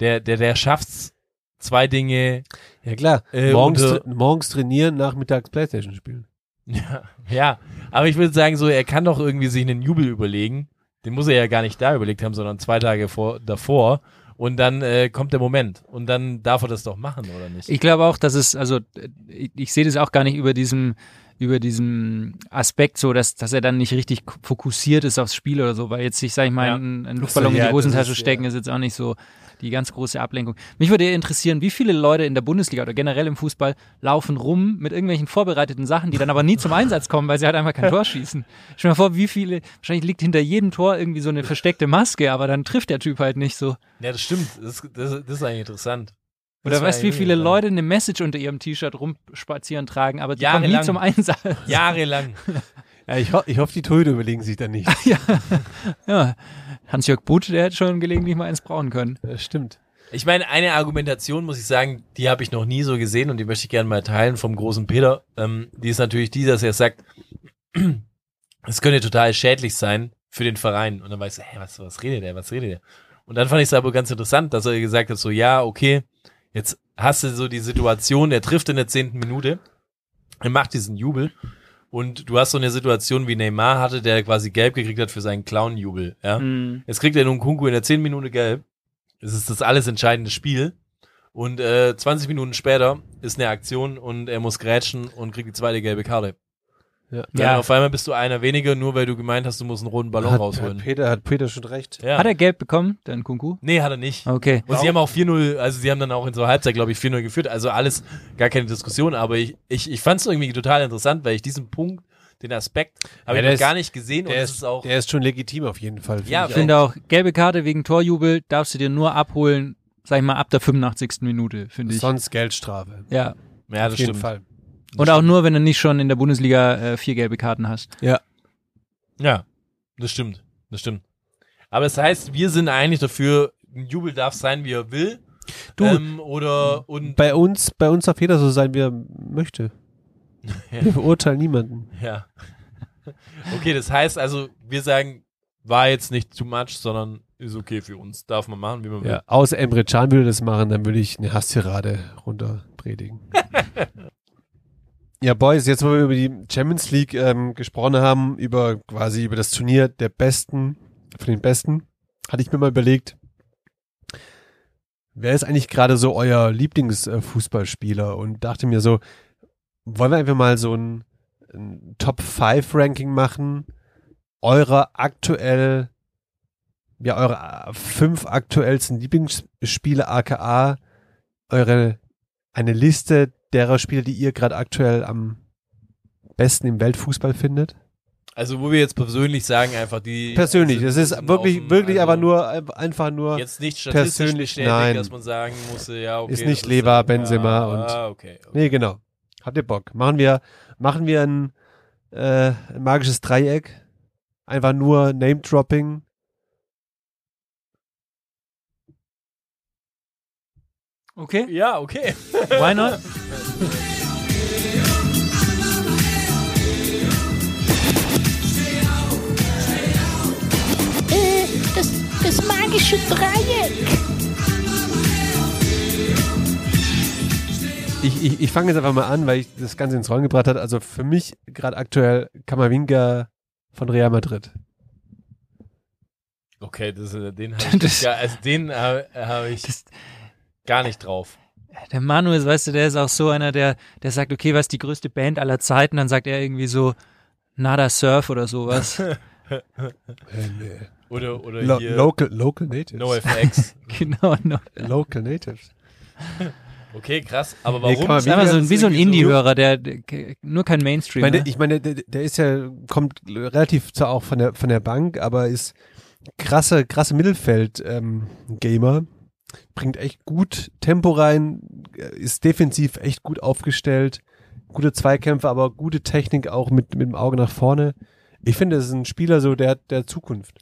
der, der, der schafft's, zwei Dinge,
Ja, klar.
Äh,
morgens,
unter-
tra morgens trainieren, nachmittags Playstation spielen.
ja, ja, aber ich würde sagen, so, er kann doch irgendwie sich einen Jubel überlegen, den muss er ja gar nicht da überlegt haben, sondern zwei Tage vor, davor, und dann äh, kommt der Moment, und dann darf er das doch machen, oder nicht?
Ich glaube auch, dass es, also ich, ich sehe das auch gar nicht über diesem, über diesem Aspekt so, dass, dass er dann nicht richtig k- fokussiert ist aufs Spiel oder so, weil jetzt sich, sag ich mal,
Ja.
ein, ein Luftballon in
ja,
die
das
Hosentasche
ist, äh,
stecken, ist jetzt auch nicht so die ganz große Ablenkung. Mich würde eher interessieren, wie viele Leute in der Bundesliga oder generell im Fußball laufen rum mit irgendwelchen vorbereiteten Sachen, die dann aber nie zum Einsatz kommen, weil sie halt einfach kein Tor schießen. Stell dir mal vor, wie viele, wahrscheinlich liegt hinter jedem Tor irgendwie so eine versteckte Maske, aber dann trifft der Typ halt nicht so.
ja, das stimmt, das, das, das ist eigentlich interessant.
Oder
Das
weißt du,
war
wie viele
irgendwie-
Leute eine Message unter ihrem T-Shirt rumspazieren tragen, aber die kommen nie
Jahrelang.
zum Einsatz.
Jahrelang.
Ja, ich, ho ich hoffe, die Torhüter überlegen sich da nicht.
Ja. Hans-Jörg Butt, der hätte schon gelegentlich mal eins brauen können.
Das stimmt.
Ich meine, eine Argumentation, muss ich sagen, die habe ich noch nie so gesehen und die möchte ich gerne mal teilen vom großen Peter. Ähm, die ist natürlich die, dass er sagt, es könnte total schädlich sein für den Verein. Und dann war ich so, hä, was, was redet der, was redet der? Und dann fand ich es aber ganz interessant, dass er gesagt hat, so, ja, okay, jetzt hast du so die Situation, er trifft in der zehnten Minute, er macht diesen Jubel und du hast so eine Situation, wie Neymar hatte, der quasi gelb gekriegt hat für seinen Clown-Jubel, ja.
Hm,
Jetzt kriegt er nun Kunku in der 10 Minute gelb. Es ist das alles entscheidende Spiel. Und äh, 20 Minuten später ist eine Aktion und er muss grätschen und kriegt die zweite gelbe Karte.
Ja.
Dann
Ja.
auf einmal bist du einer weniger, nur weil du gemeint hast, du musst einen roten Ballon
Hat, hat,
rausholen.
Peter, hat Ah. Peter schon recht.
ja.
Hat er Geld bekommen, dann Kunku?
nee, hat er nicht.
Okay.
Und sie haben auch 4-0, also sie haben dann auch in so Halbzeit, glaube ich, 4-0 geführt. Also alles gar keine Diskussion, aber ich, ich, ich fand es irgendwie total interessant, weil ich diesen Punkt, den Aspekt, habe ich
Ja, der
noch
ist-
gar nicht gesehen und
Der
es
ist,
ist auch.
der ist schon legitim auf jeden Fall.
Ja,
Ich
finde
finde auch, gelbe Karte wegen Torjubel darfst du dir nur abholen, sag ich mal, ab der 85. Minute, finde
ich.
ich.
Sonst Geldstrafe.
Ja.
ja,
auf
das
jeden
stimmt.
Fall.
Und auch nur, wenn du nicht schon in der Bundesliga äh, vier gelbe Karten hast.
Ja, das stimmt. Das stimmt. Aber das heißt, wir sind eigentlich dafür, ein Jubel darf sein, wie er will.
Du.
Ähm, oder und
Bei uns, bei uns darf jeder so sein, wie er möchte. Wir verurteilen niemanden.
ja. Okay, das heißt also, wir sagen, war jetzt nicht too much, sondern ist okay für uns. Darf man machen, wie man will.
Ja. Außer Emre Can würde das machen, dann würde ich eine Hasstirade runter predigen. ja, Boys, jetzt wo wir über die Champions League ähm, gesprochen haben, über quasi über das Turnier der Besten, von den Besten, hatte ich mir mal überlegt, wer ist eigentlich gerade so euer Lieblingsfußballspieler? Und dachte mir so, wollen wir einfach mal so ein, ein Top 5 Ranking machen, eurer aktuell ja, eure äh, fünf aktuellsten Lieblingsspiele, aka eure eine Liste derer Spieler, die ihr gerade aktuell am besten im Weltfußball findet?
Also, wo wir jetzt persönlich sagen, einfach die.
Persönlich,
sind-
es ist
also sind
wirklich,
offen,
wirklich
also
aber nur, äh, einfach nur,
Jetzt nicht statistisch
persönlich,
bestätigt,
nein.
dass man sagen muss, ja, okay.
Ist nicht
das
Lever,
dann-
Benzema
ah,
und-
Ah, okay. okay.
nee, genau. Habt ihr Bock? Machen wir, machen wir ein, äh, ein magisches Dreieck. Einfach nur Name-Dropping.
Okay,
Ja, okay.
why not?
Äh, das, das magische Dreieck.
Ich, ich, ich fange jetzt einfach mal an, weil ich das Ganze ins Rollen gebracht hat. Also für mich gerade aktuell Kamavinga von Real Madrid.
Okay, das, äh, den habe ich,
Das-
ja, also den habe hab ich
Das-
gar nicht drauf.
Der Manuel, weißt du, der ist auch so einer, der, der sagt, okay, was ist die größte Band aller Zeiten? Dann sagt er irgendwie so, Nada Surf oder sowas.
Oder, oder
Lo
hier
local, local Natives.
NoFX.
genau, no.
Local Natives.
Okay, krass. Aber warum?
Nee, kann man
Das ist einfach so, ein- wie so ein
Irgendwie so-
Indie-Hörer, der, der nur kein
Ich
Mainstream.
meine,
ne?
ich meine der, der ist ja, kommt relativ zwar auch von der, von der Bank, aber ist krasse, krasse Mittelfeld-Gamer. Bringt echt gut Tempo rein, äh, ist defensiv echt gut aufgestellt. Gute Zweikämpfe, aber gute Technik auch mit, mit dem Auge nach vorne. Ich finde, das ist ein Spieler so der, der Zukunft.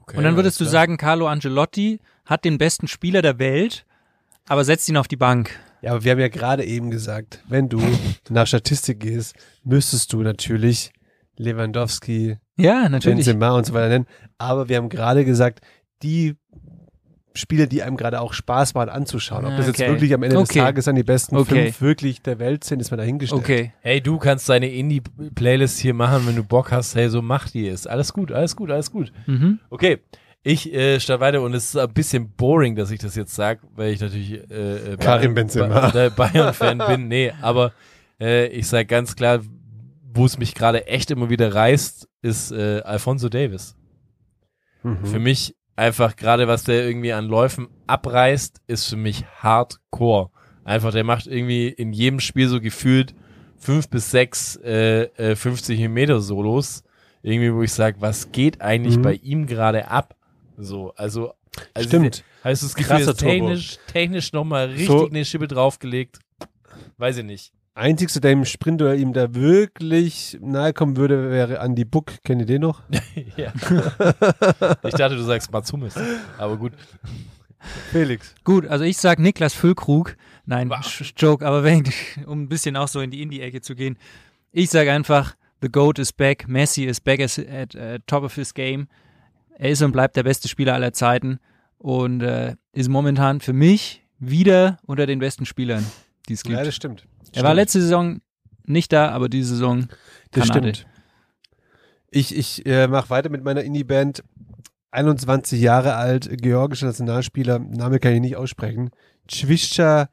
okay,
Und dann würdest du
alles klar.
sagen, Carlo Angelotti hat den besten Spieler der Welt, aber setzt ihn auf die Bank.
Ja, aber wir haben ja gerade eben gesagt, wenn du nach Statistik gehst, müsstest du natürlich Lewandowski,
Ja, natürlich.
Benzema und so weiter nennen. Aber wir haben gerade gesagt, die Spiele, die einem gerade auch Spaß machen anzuschauen, ob das
Okay.
jetzt wirklich am Ende des
Okay.
Tages dann die besten
Okay.
fünf wirklich der Welt sind, ist mal dahingestellt.
Okay.
Hey, du kannst deine Indie-Playlist hier machen, wenn du Bock hast. Hey, so mach die es. Alles gut, alles gut, alles gut.
Mhm.
Okay, ich äh, starte weiter und es ist ein bisschen boring, dass ich das jetzt sage, weil ich natürlich äh, äh,
Karim
Bayern-
Benzema.
Ba- äh, Bayern-Fan bin. Nee, aber äh, ich sage ganz klar, wo es mich gerade echt immer wieder reißt, ist äh, Alfonso Davis.
Mhm.
Für mich einfach gerade, was der irgendwie an Läufen abreißt, ist für mich Hardcore. Einfach, der macht irgendwie in jedem Spiel so gefühlt fünf bis sechs äh, äh, 50 Meter Solos. Irgendwie, wo ich sage, was geht eigentlich
Mhm.
bei ihm gerade ab? So, also, also
Stimmt.
Heißt das Gefühl,
Krasser
ist
Turbo.
technisch, technisch nochmal richtig
So.
eine Schippe draufgelegt. Weiß ich nicht.
Einzigste, der im Sprint oder ihm da wirklich nahe kommen würde, wäre Andy Buck. Kennt ihr den noch?
Ja. ich dachte, du sagst Matsumis. Aber gut.
Felix.
Gut, also ich sag Niklas Füllkrug. Nein, Sch- Joke, aber wenn, um ein bisschen auch so in die Indie-Ecke zu gehen. Ich sag einfach, The GOAT is back, Messi is back as, at äh, top of his game. Er ist und bleibt der beste Spieler aller Zeiten und äh, ist momentan für mich wieder unter den besten Spielern, die es gibt.
Ja, das stimmt.
er war letzte Saison nicht da, aber diese Saison
Das
Kanade.
stimmt. Ich, ich äh, mache weiter mit meiner Indie-Band. 21 Jahre alt, georgischer Nationalspieler, Name kann ich nicht aussprechen. Cvischa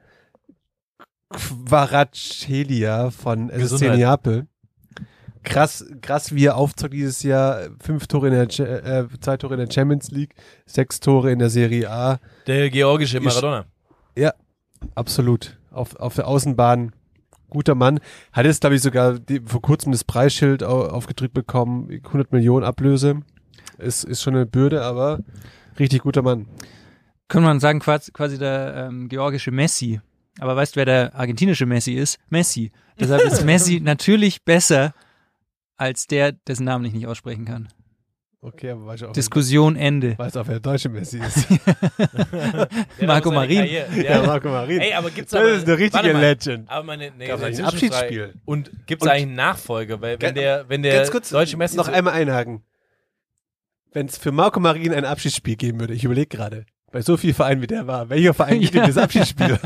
Kvarachelia von SSC
Gesundheit.
Neapel. Krass, krass, wie er aufzockt dieses Jahr. Fünf Tore in der, Cha- äh, zwei Tore in der Champions League, sechs Tore in der Serie A.
Der georgische Maradona.
Absolut. Auf, auf der Außenbahn. Guter Mann. Hat jetzt, glaube ich, sogar die, vor kurzem das Preisschild au- aufgedrückt bekommen. 100 Millionen Ablöse. Ist, ist schon eine Bürde, aber richtig guter Mann.
Könnte man sagen, quasi, quasi der ähm, georgische Messi. Aber weißt du, wer der argentinische Messi ist? Messi. Deshalb ist Messi natürlich besser als der, dessen Namen ich nicht aussprechen kann.
Okay, aber weiß auch,
Diskussion Ende.
weiß auch wer der deutsche Messi ist.
Der
Marco
hat aber seine
Marin.
Karriere-
ja,
Der,
Marco Marin.
ey, aber gibt's
das
aber,
ist eine richtige
warte mal,
Legend.
Aber meine, nee,
Gab's
eine
eigentlich ein
Zwischenfrage.
Abschiedsspiel?
Und gibt es
Und-
eigentlich einen Nachfolger? Weil wenn
Ganz-
der, wenn der
Ganz kurz,
Äh, deutsche Messi
noch
so-
einmal einhaken. Wenn es für Marco Marin ein Abschiedsspiel geben würde, ich überlege gerade, bei so vielen Vereinen wie der war, welcher Verein gibt ihm das Abschiedsspiel?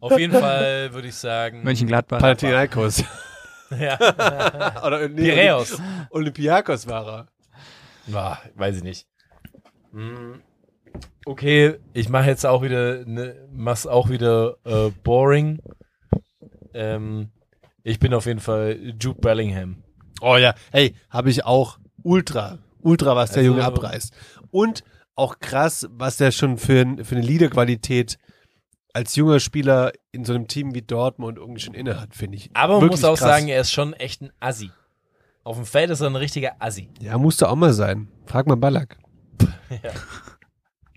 auf jeden Fall würde ich sagen.
Mönchengladbach.
Panathinaikos.
Ja.
Oder nee,
Piraeus.
Olympiakos war er.
Boah, Ah, weiß ich nicht. Hm, Okay, ich mache jetzt auch wieder, ne, mach's auch wieder äh, boring. Ähm, ich bin auf jeden Fall Jude Bellingham.
Oh ja, hey, habe ich auch ultra, ultra, was der
Also-
Junge abreißt. Und auch krass, was der schon für, n- für eine Liederqualität als junger Spieler in so einem Team wie Dortmund irgendwie schon inne hat, finde ich.
Aber man
Wirklich
muss auch
krass.
sagen, er ist schon echt ein Assi. Auf dem Feld ist er ein richtiger Assi.
Ja, musste auch mal sein. Frag mal Ballack.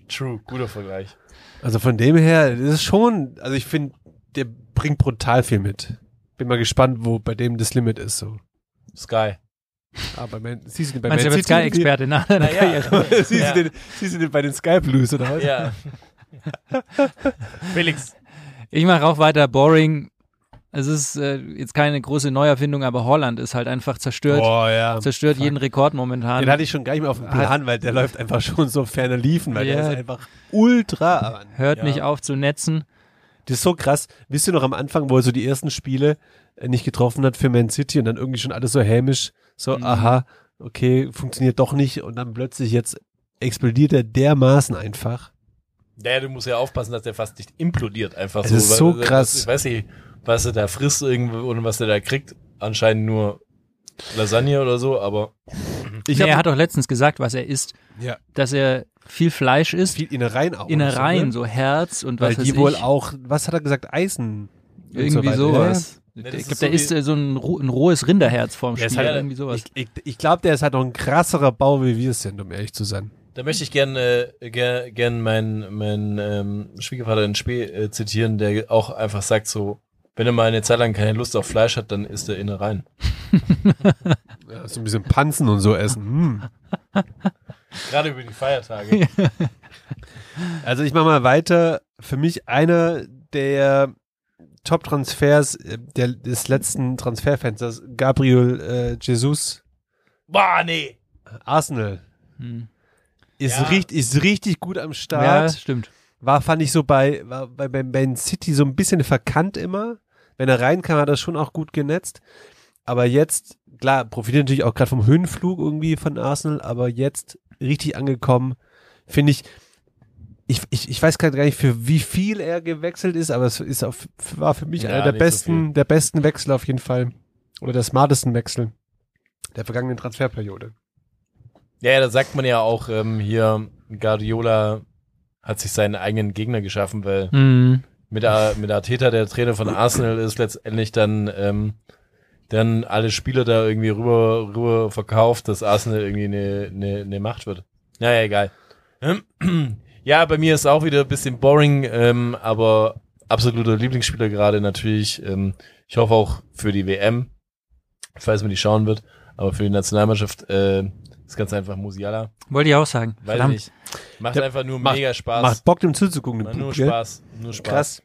True, guter Vergleich.
Also von dem her, das ist schon, also ich finde, der bringt brutal viel mit. Bin mal gespannt, wo bei dem das Limit ist. So.
Sky.
Aber man, siehst du den bei
Meinst du,
Man
er wird
City?
Sky-Experte nach deiner Karriere?
siehst,
Ja.
du den, siehst du den bei den Sky Blues oder was?
Ja. Felix.
Ich mache auch weiter boring. Es ist äh, jetzt keine große Neuerfindung, aber Holland ist halt einfach zerstört.
Boah, ja.
Zerstört jeden Rekord momentan.
Den hatte ich schon gar nicht mehr auf dem Plan, weil der läuft einfach schon so ferner liefen, weil
Ja.
der ist einfach ultra.
Hört
Ja.
nicht auf zu netzen.
Das ist so krass. Wisst ihr noch am Anfang, wo er so die ersten Spiele äh, nicht getroffen hat für Man City und dann irgendwie schon alles so hämisch, so,
Mhm.
aha, okay, funktioniert doch nicht und dann plötzlich jetzt explodiert er dermaßen einfach.
Naja, du musst ja aufpassen, dass der fast nicht implodiert einfach
Es
so.
ist
weil-
so
das-
krass.
Ich weiß nicht, was er da frisst irgendwo und was er da kriegt. Anscheinend nur Lasagne oder so, aber
Ich
nee,
hab
er hat doch letztens gesagt, was er isst.
Ja.
Dass er viel Fleisch isst.
viel Innereien auch.
Innereien,
so,
so Herz und
ne? Weil
was weiß
die wohl
ich.
auch, was hat er gesagt, Eisen? und so
Irgendwie
weiter. ne?
sowas.
Ja, das
ich
ist
glaube,
so
der isst
wie-
äh, so ein, ro- ein rohes Rinderherz vorm
Der
Spiel.
ist halt-
irgendwie
Ja, ja.
sowas.
Ich, ich, ich glaube, der ist halt noch ein krasserer Bau, wie wir es sind, um ehrlich zu sein.
da möchte ich gerne äh, ger, gern meinen mein, ähm, Schwiegervater in Spee äh, zitieren, der auch einfach sagt so, wenn er mal eine Zeit lang keine Lust auf Fleisch hat, dann isst er Innereien.
Ja, so ein bisschen Panzen und so essen. Hm.
Gerade über die Feiertage.
Also ich mache mal weiter. Für mich einer der Top-Transfers äh, der, des letzten Transferfensters, Gabriel äh, Jesus,
Boah, nee.
Arsenal.
Hm.
Ist,
Ja.
richtig, ist richtig gut am
Ja,
Start.
stimmt.
War, fand ich so bei, war bei bei Man City so ein bisschen verkannt immer. Wenn er reinkam, hat er schon auch gut genetzt. Aber jetzt, klar, profitiert natürlich auch gerade vom Höhenflug irgendwie von Arsenal, aber jetzt richtig angekommen, finde ich. Ich, ich, ich weiß grad gar nicht, für wie viel er gewechselt ist, aber es ist auf, war für mich
Ja,
einer der
nicht so
besten, der besten Wechsel auf jeden Fall. Oder der smartesten Wechsel der vergangenen Transferperiode.
Ja, ja, da sagt man ja auch ähm, hier, Guardiola hat sich seinen eigenen Gegner geschaffen, weil
Hm.
mit, Ar- mit Arteta, der Trainer von Arsenal ist, letztendlich dann, ähm, dann alle Spieler da irgendwie rüber, rüber verkauft, dass Arsenal irgendwie eine, eine, eine Macht wird. Naja, egal. Ähm, Ja, bei mir ist auch wieder ein bisschen boring, ähm, aber absoluter Lieblingsspieler gerade natürlich. Ähm, ich hoffe auch für die WM, falls man die schauen wird, aber für die Nationalmannschaft äh, ist ganz einfach Musiala.
Wollte ich auch sagen.
Weiß
Verdammt.
nicht. Macht
Ja,
einfach nur
macht-
mega Spaß.
Macht Bock, dem zuzugucken.
Na,
Dem
nur
Bub, gell?
Spaß. Nur Spaß.
Krass.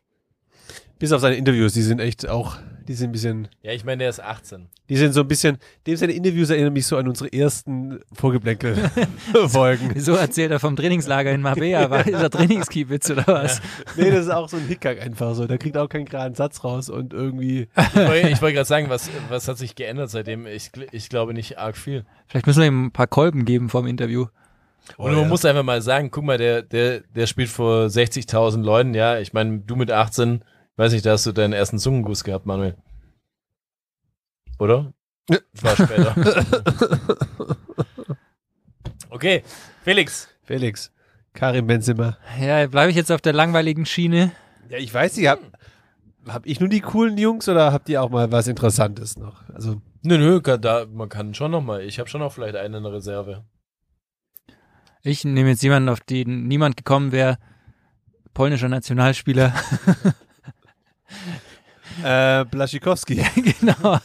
Bis auf seine Interviews, die sind echt auch, die sind ein bisschen
Ja, ich meine, der ist 18.
Die sind so ein bisschen, dem seine Interviews erinnern mich so an unsere ersten Vorgeblänkel-Folgen.
So erzählt er vom Trainingslager in Marbella. War ist er Trainingskiebitz oder was?
nee, das ist auch so ein Hickhack einfach so. Der kriegt auch keinen geraden Satz raus und irgendwie.
Ich wollte ich wollte gerade sagen, was, was hat sich geändert seitdem? Ich, gl- ich glaube nicht arg viel.
Vielleicht müssen wir ihm ein paar Kolben geben vom Interview.
Und man muss einfach mal sagen, guck mal, der, der, der spielt vor 60.000 Leuten, ja. Ich meine, du mit 18, weiß nicht, da hast du deinen ersten Zungenguss gehabt, Manuel. Oder? War später. okay, Felix.
Felix, Karim Benzema.
Ja, bleibe ich jetzt auf der langweiligen Schiene.
Ja, ich weiß nicht, hab, hab ich nur die coolen Jungs oder habt ihr auch mal was Interessantes noch? Also,
Nö, nö, kann- da, man kann schon noch mal. Ich habe schon noch vielleicht einen in der Reserve.
Ich nehme jetzt jemanden, auf den niemand gekommen wäre. Polnischer Nationalspieler.
äh, Blaschikowski.
genau.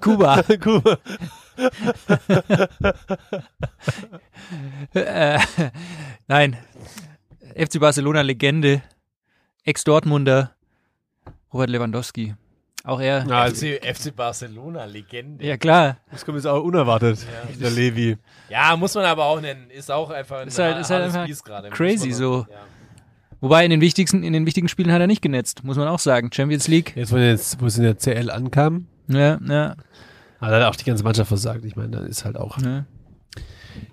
Kuba.
Kuba.
Äh, nein. FC Barcelona Legende. Ex-Dortmunder. Robert Lewandowski. Auch er. Ja,
FC, FC Barcelona, Legende.
klar.
Das kommt jetzt auch unerwartet. Der Levi.
Ja, muss man aber auch nennen. Ist auch einfach ein
Ist halt- ist halt
hartes
einfach
Biest gerade. Muss
crazy
man
so.
Ja.
Wobei in den wichtigsten, in den wichtigen Spielen hat er nicht genetzt, muss man auch sagen. Champions League.
Jetzt, wo er jetzt, wo es in der CL ankam,
Ja, ja.
hat er auch die ganze Mannschaft versagt. Ich meine, dann ist halt auch.
ja.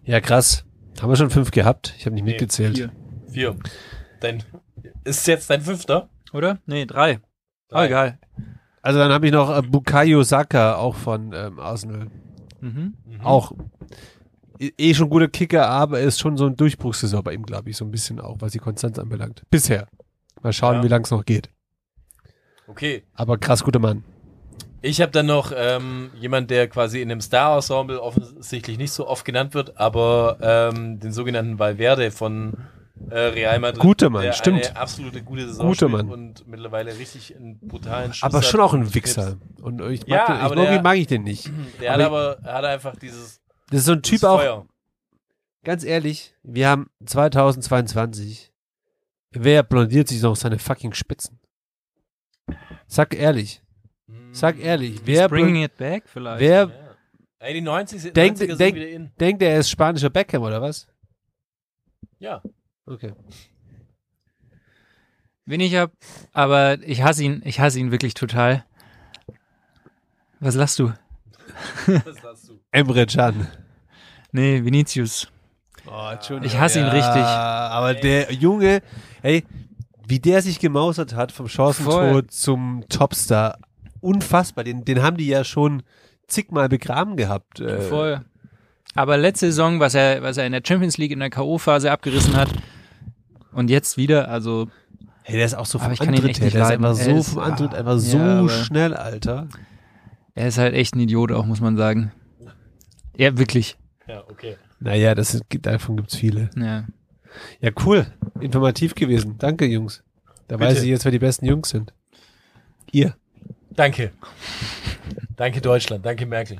Ja, krass. Haben wir schon fünf gehabt? Ich habe nicht mitgezählt.
vier.
Vier. Dein, ist jetzt dein fünfter?
Oder? Nee, drei. Oh,
Drei.
egal.
Also dann habe ich noch äh, Bukayo Saka, auch von ähm, Arsenal.
Mhm.
Auch eh- eh schon guter Kicker, aber ist schon so ein Durchbruchssaison bei ihm, glaube ich, so ein bisschen auch, was die Konstanz anbelangt. Bisher. Mal schauen,
Ja.
wie lang es noch geht.
Okay.
Aber krass guter Mann.
Ich habe dann noch ähm, jemand, der quasi in dem Star-Ensemble offensichtlich nicht so oft genannt wird, aber ähm, den sogenannten Valverde von äh, Real Madrid.
Guter Mann,
der
stimmt.
Eine absolute gute Saison
Guter
spielt
Mann.
und mittlerweile richtig einen brutalen Schuss
Aber
hat
schon auch ein
und
Wichser. Und ich mag,
Ja,
den, ich,
aber
irgendwie
der-
mag ich den nicht.
knipst. Der hat aber hat einfach dieses,
Das ist so ein
dieses
Typ auch,
Feuer.
ganz ehrlich, wir haben 2022. Wer blondiert sich noch seine fucking Spitzen? Sag ehrlich. Sag ehrlich. Wer,
Bringing
blon-
it back vielleicht.
wer
Ja. Ey, die 90
Denk-
90er sind
denk-
wieder in.
denkt, er ist spanischer Beckham oder was?
Ja.
Okay.
Wen ich hab, aber ich hasse ihn, ich hasse ihn wirklich total. Was lachst du?
Was hast du?
Emre Can.
Nee, Vinicius.
Oh, Entschuldigung.
Ich hasse ihn richtig.
Aber der Junge, ey, wie der sich gemausert hat vom Chancentod
Voll.
zum Topstar, unfassbar. Den, den haben die ja schon zigmal begraben gehabt. Äh,
Voll. Aber letzte Saison, was er, was er in der Champions League in der K.O.-Phase abgerissen hat und jetzt wieder, also
Hey, der ist auch so vom
Aber ich kann ihn
Antritt
echt
her.
nicht
Der ist
leiden.
einfach so
Er ist-
vom Antritt
ah,
einfach so
ja, aber-
schnell, Alter.
er ist halt echt ein Idiot auch, muss man sagen. Ja, wirklich.
Ja, okay.
Naja, das ist, gibt- davon gibt's viele.
Ja.
Ja, cool. Informativ gewesen. Danke, Jungs. Da weiß ich jetzt, wer die besten Jungs sind. Ihr.
Danke. Danke Deutschland, danke Merkel.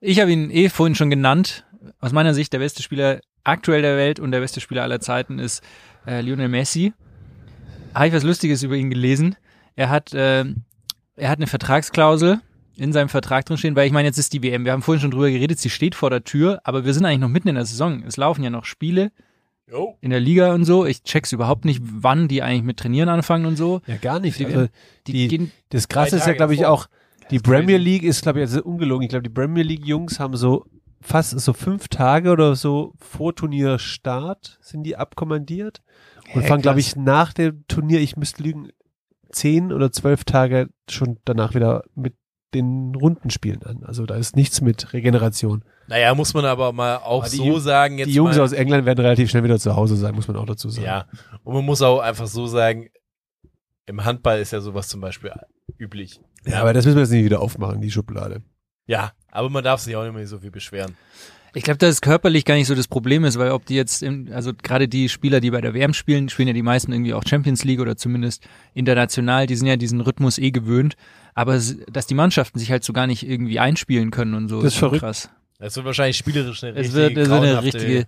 Ich habe ihn eh vorhin schon genannt. Aus meiner Sicht der beste Spieler aktuell der Welt und der beste Spieler aller Zeiten ist äh, Lionel Messi. Habe ich was Lustiges über ihn gelesen. Er hat, äh, er hat eine Vertragsklausel in seinem Vertrag drin stehen, weil ich meine, jetzt ist die WM. Wir haben vorhin schon drüber geredet, sie steht vor der Tür, aber wir sind eigentlich noch mitten in der Saison. Es laufen ja noch Spiele
Jo.
in der Liga und so. Ich check's überhaupt nicht, wann die eigentlich mit Trainieren anfangen und so.
Ja, gar nicht.
Die-
Also,
Die,
die,
gehen,
das Krasse
Drei
ist ja,
Tage
glaube ich,
davor.
auch, die Premier League ist, glaube ich, also ungelogen. Ich glaube, die Premier League-Jungs haben so fast so fünf Tage oder so vor Turnierstart sind die abkommandiert und
Hä,
fangen, glaube
krass.
ich, nach dem Turnier, ich müsste lügen, zehn oder zwölf Tage schon danach wieder mit den Rundenspielen an. Also da ist nichts mit Regeneration.
Naja, muss man aber mal auch
Aber die
so
Ju-
sagen jetzt
die Jungs
mal,
aus England werden relativ schnell wieder zu Hause sein, muss man auch dazu sagen.
Ja, und man muss auch einfach so sagen, im Handball ist ja sowas zum Beispiel üblich.
ja aber das müssen wir jetzt nicht wieder aufmachen, die Schublade.
Ja, aber man darf sich auch nicht mehr so viel beschweren.
Ich glaube, dass es körperlich gar nicht so das Problem ist, weil ob die jetzt, im, also gerade die Spieler, die bei der WM spielen, spielen ja die meisten irgendwie auch Champions League oder zumindest international, die sind ja diesen Rhythmus eh gewöhnt. Aber es- dass die Mannschaften sich halt so gar nicht irgendwie einspielen können und so,
Das ist
schon
verrückt.
krass.
Es wird wahrscheinlich spielerisch eine
Es
richtige,
wird so eine
grauenhafte,
richtige,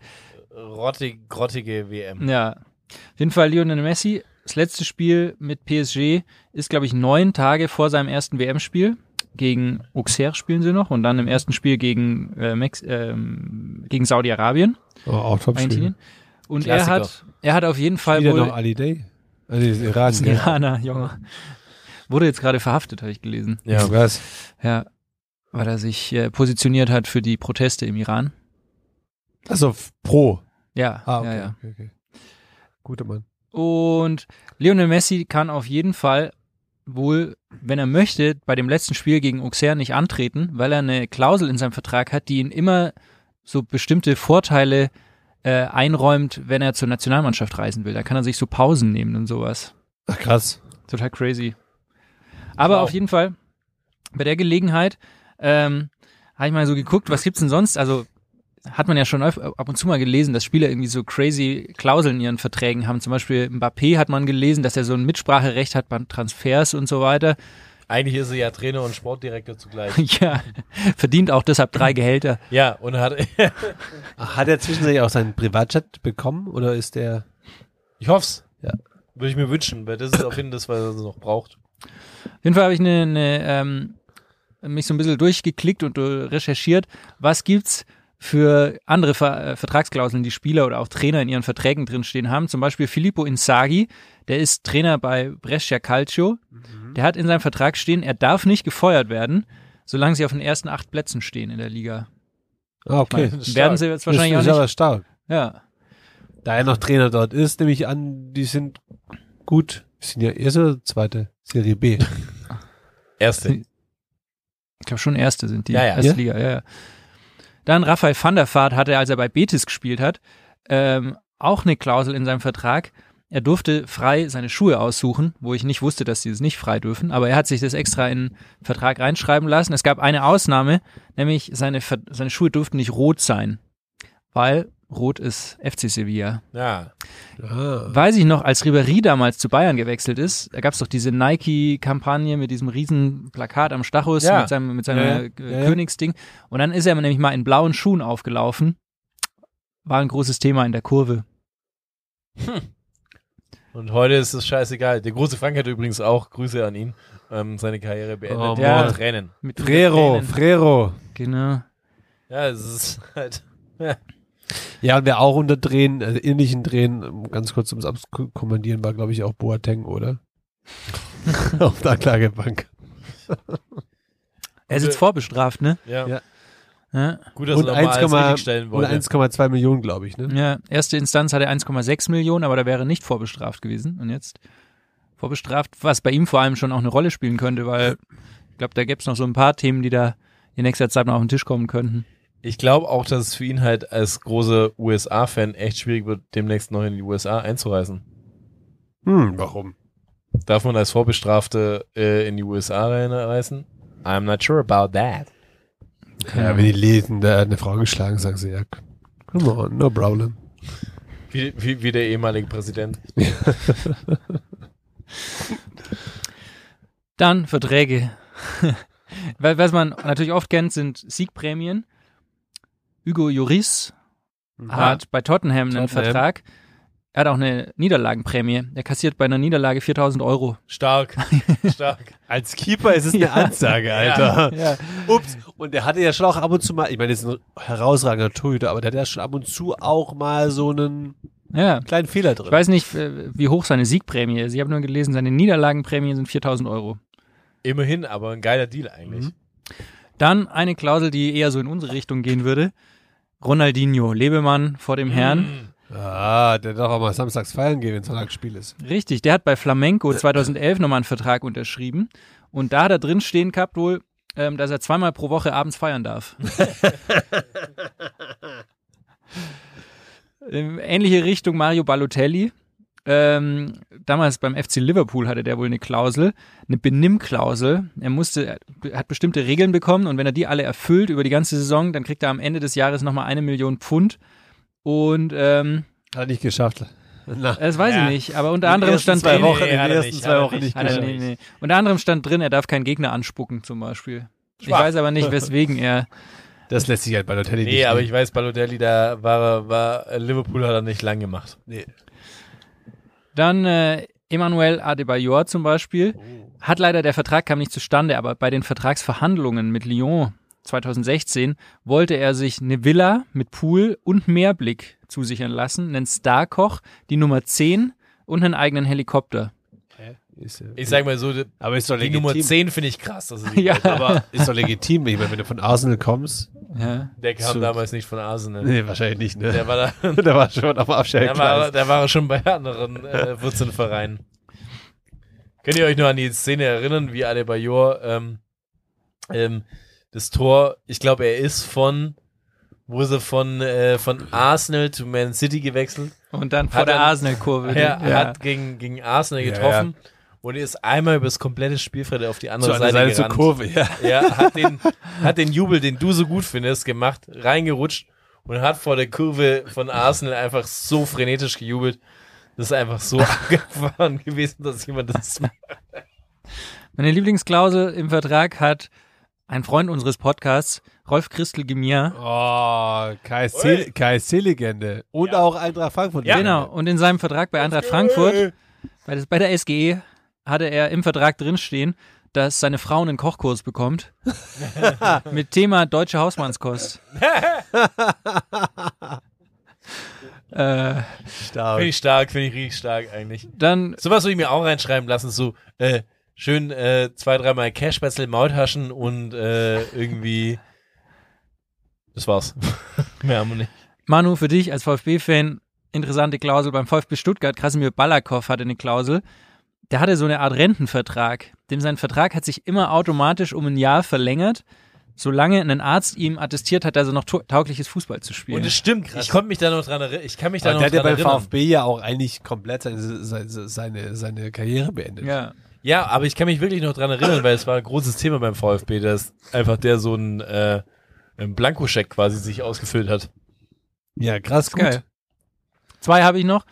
Hm.
rottig, grottige WM.
ja. Auf jeden Fall Lionel Messi, das letzte Spiel mit PSG ist, glaube ich, neun Tage vor seinem ersten WM-Spiel. Gegen Auxerre spielen sie noch und dann im ersten Spiel gegen, äh, Mex ähm, gegen Saudi-Arabien.
Oh, auch
Argentinien. Und er
Klassiker.
hat, er hat auf jeden Fall
Wieder
wohl,
noch Ali Day. Also das Iran.
ist ein
gell?
Iraner, Junge. Wurde jetzt gerade verhaftet, habe ich gelesen.
Ja.
Was?
Ja, weil er sich äh, positioniert hat für die Proteste im Iran.
Also f- pro.
Ja,
Ah, okay.
ja, ja.
okay, okay. Guter Mann.
Und Lionel Messi kann auf jeden Fall wohl, wenn er möchte, bei dem letzten Spiel gegen Auxerre nicht antreten, weil er eine Klausel in seinem Vertrag hat, die ihn immer so bestimmte Vorteile äh, einräumt, wenn er zur Nationalmannschaft reisen will. Da kann er sich so Pausen nehmen und sowas.
Ach, krass.
Total crazy. Aber
Wow.
auf jeden Fall, bei der Gelegenheit ähm, habe ich mal so geguckt, was gibt's denn sonst? Also hat man ja schon öf- ab und zu mal gelesen, dass Spieler irgendwie so crazy Klauseln in ihren Verträgen haben. Zum Beispiel Mbappé hat man gelesen, dass er so ein Mitspracherecht hat beim Transfers und so weiter.
Eigentlich ist er ja Trainer und Sportdirektor zugleich.
ja, verdient auch deshalb drei Gehälter.
ja, und hat,
Hat er zwischendurch auch seinen Privatchat bekommen oder ist der.
ich hoff's.
Ja.
Würde ich mir wünschen, weil das ist auf jeden Fall das, was er noch braucht.
Auf jeden Fall habe ich eine, eine, ähm, mich so ein bisschen durchgeklickt und äh, recherchiert, was gibt's für andere Ver äh, Vertragsklauseln, die Spieler oder auch Trainer in ihren Verträgen drinstehen haben. Zum Beispiel Filippo Inzaghi, der ist Trainer bei Brescia Calcio. Der hat in seinem Vertrag stehen, er darf nicht gefeuert werden, solange sie auf den ersten acht Plätzen stehen in der Liga.
Ah, okay.
Werden sie jetzt wahrscheinlich
das ist
auch
aber stark.
nicht. Ja,
Da er noch Trainer dort ist, nehme ich an, die sind gut. Die sind ja erste oder zweite Serie B.
Erste.
ich glaube schon Erste sind die.
Ja, ja.
Erste
Ja?
Liga, ja, ja. Dann Raphael van der Vaart hatte, als er bei Betis gespielt hat, ähm, auch eine Klausel in seinem Vertrag. Er durfte frei seine Schuhe aussuchen, wo ich nicht wusste, dass sie es nicht frei dürfen, aber er hat sich das extra in den Vertrag reinschreiben lassen. Es gab eine Ausnahme, nämlich seine, Ver seine Schuhe durften nicht rot sein, weil rot ist FC Sevilla.
Ja.
Ah.
Weiß ich noch, als Ribéry damals zu Bayern gewechselt ist, da gab es doch diese Nike-Kampagne mit diesem riesen Plakat am Stachus,
Ja.
mit seinem, mit seinem
Ja, ja.
äh, Königsding. Und dann ist er nämlich mal in blauen Schuhen aufgelaufen. War ein großes Thema in der Kurve.
Und heute ist es scheißegal. Der große Frank hat übrigens auch Grüße an ihn. Ähm, seine Karriere beendet.
Oh,
ja.
Mann.
Tränen.
Mit
Frero,
Tränen.
Frero.
Genau.
Ja, es ist halt.
Ja, und wer auch unter Drehen, äh, ähnlichen Drehen, ähm, ganz kurz ums Abkommandieren, war, glaube ich, auch Boateng, oder? Auf der Anklagebank.
Er ist
Äh.
jetzt vorbestraft, ne?
Ja.
Ja.
Ja,
Gut, dass
Und
er nochmal alles
1,2
richtig stellen
und
wollte.
1,2 Millionen, glaube ich, ne?
ja. erste Instanz hatte 1,6 Millionen, aber da wäre nicht vorbestraft gewesen. Und jetzt vorbestraft, was bei ihm vor allem schon auch eine Rolle spielen könnte, weil ich glaube, da gäbe es noch so ein paar Themen, die da in nächster Zeit noch auf den Tisch kommen könnten.
Ich glaube auch, dass es für ihn halt als großer USA-Fan echt schwierig wird, demnächst noch in die USA einzureisen.
Hm, warum?
Darf man als Vorbestrafte äh, in die USA reinreisen? I'm not sure about that.
Ja, wenn die lesen, da hat eine Frau geschlagen, sagen sie, ja, come on, no problem.
Wie, wie, wie der ehemalige Präsident.
Dann Verträge. Wa- Was man natürlich oft kennt, sind Siegprämien. Hugo Lloris
Ah,
hat bei Tottenham einen
Tottenham.
Vertrag. Er hat auch eine Niederlagenprämie. Er kassiert bei einer Niederlage 4000 Euro.
Stark. Stark.
Als Keeper ist es eine Ansage, Alter. Ups. Und der hatte ja schon auch ab und zu mal, ich meine, das ist ein herausragender Torhüter, aber der hat ja schon ab und zu auch mal so einen
Ja.
kleinen Fehler drin.
Ich weiß nicht, äh, wie hoch seine Siegprämie ist. Ich habe nur gelesen, seine Niederlagenprämie sind 4000 Euro.
Immerhin, aber ein geiler Deal eigentlich.
Dann eine Klausel, die eher so in unsere Richtung gehen würde. Ronaldinho, Lebemann vor dem Herrn.
Ah, der darf auch mal samstags feiern gehen, wenn Sonntagsspiel ist.
Richtig, der hat bei Flamengo 2011 nochmal einen Vertrag unterschrieben. Und da hat er drin stehen gehabt wohl, ähm, dass er zweimal pro Woche abends feiern darf. Ähm, Ähnliche Richtung Mario Balotelli. Ähm, damals beim FC Liverpool hatte der wohl eine Klausel, eine Benimmklausel. Er musste, er hat bestimmte Regeln bekommen und wenn er die alle erfüllt über die ganze Saison, dann kriegt er am Ende des Jahres nochmal eine Million Pfund. Und ähm,
Hat er nicht geschafft. Na,
das weiß
Ja.
ich nicht, aber unter anderem stand
zwei
drin,
Nee, nee,
Wochen, in den
hat er
ersten
eh nicht,
zwei
hat er
Wochen
nicht,
nicht
hat er,
geschafft.
nee, nee. Unter anderem stand drin, er darf keinen Gegner anspucken zum Beispiel. Ich weiß aber nicht, weswegen er.
Das lässt sich halt bei Hotel
Nee, aber ich weiß, Balotelli, da war, er- war äh, Liverpool hat er nicht lang gemacht.
Dann äh, Emmanuel Adebayor zum Beispiel.
Oh.
Hat leider, der Vertrag kam nicht zustande, aber bei den Vertragsverhandlungen mit Lyon 2016 wollte er sich eine Villa mit Pool und Meerblick zusichern lassen, einen Starkoch, die Nummer 10 und einen eigenen Helikopter.
Ist,
Ich sag mal so, die,
aber ist doch
die
legitim.
Nummer 10 finde ich krass. Dass er die
Ja.
wollte, aber
Ist doch legitim. Ich meine, wenn du von Arsenal kommst.
Ja.
der kam
So.
damals nicht von Arsenal.
Nee, wahrscheinlich nicht, ne?
Der war da,
der war schon auf dem
der war,
Abstellgleis.
der war schon bei anderen äh, Wurzelvereinen. Könnt ihr euch nur an die Szene erinnern, wie Adebayor ähm, ähm, das Tor, ich glaube, er ist von, wo ist er von, äh, von Arsenal zu Man City gewechselt?
Und dann
Hat
vor der
er-
Arsenal-Kurve.
Er
Ja.
hat gegen, gegen Arsenal
Ja,
getroffen und ist einmal über das komplette Spielfeld auf die andere
Zur
Seite,
anderen Seite zur
gerannt.
Kurve, ja.
Ja, hat den, hat den Jubel, den du so gut findest, gemacht, reingerutscht und hat vor der Kurve von Arsenal einfach so frenetisch gejubelt. Das ist einfach so abgefahren gewesen, dass jemand das.
Meine Lieblingsklausel im Vertrag hat ein Freund unseres Podcasts, Rolf Christel Gemier.
Oh, KSC-Legende. Und auch Eintracht Frankfurt.
Ja.
Genau. Und in seinem Vertrag bei Eintracht Frankfurt, bei, das, bei der SGE, hatte er im Vertrag drinstehen, dass seine Frau einen Kochkurs bekommt. mit Thema deutsche Hausmannskost. äh,
Finde
Stark.
ich stark, finde ich richtig stark eigentlich.
dann
Sowas würde ich mir auch reinschreiben lassen, so äh, schön äh, zwei, dreimal Cashbessel, Maultaschen und äh, irgendwie. Das war's. Mehr haben wir nicht.
Manu, für dich als VfB-Fan, interessante Klausel beim VfB Stuttgart. Krasimir Balakow hatte eine Klausel. Der hatte so eine Art Rentenvertrag. Dem sein Vertrag hat sich immer automatisch um ein Jahr verlängert. solange ein Arzt ihm attestiert hat, dass er noch tu- taugliches Fußball zu spielen.
Und es stimmt, ich konnte mich da noch dran erinnern. Ich kann mich da
Aber
noch
der hat ja
dran
beim
erinnern.
VfB ja auch eigentlich komplett seine, seine, seine, seine Karriere beendet.
ja.
Ja, aber ich kann mich wirklich noch dran erinnern, weil es war ein großes Thema beim VfB, dass einfach der so einen, äh, einen Blankoscheck quasi sich ausgefüllt hat.
ja krass, gut.
Geil. Zwei habe ich noch.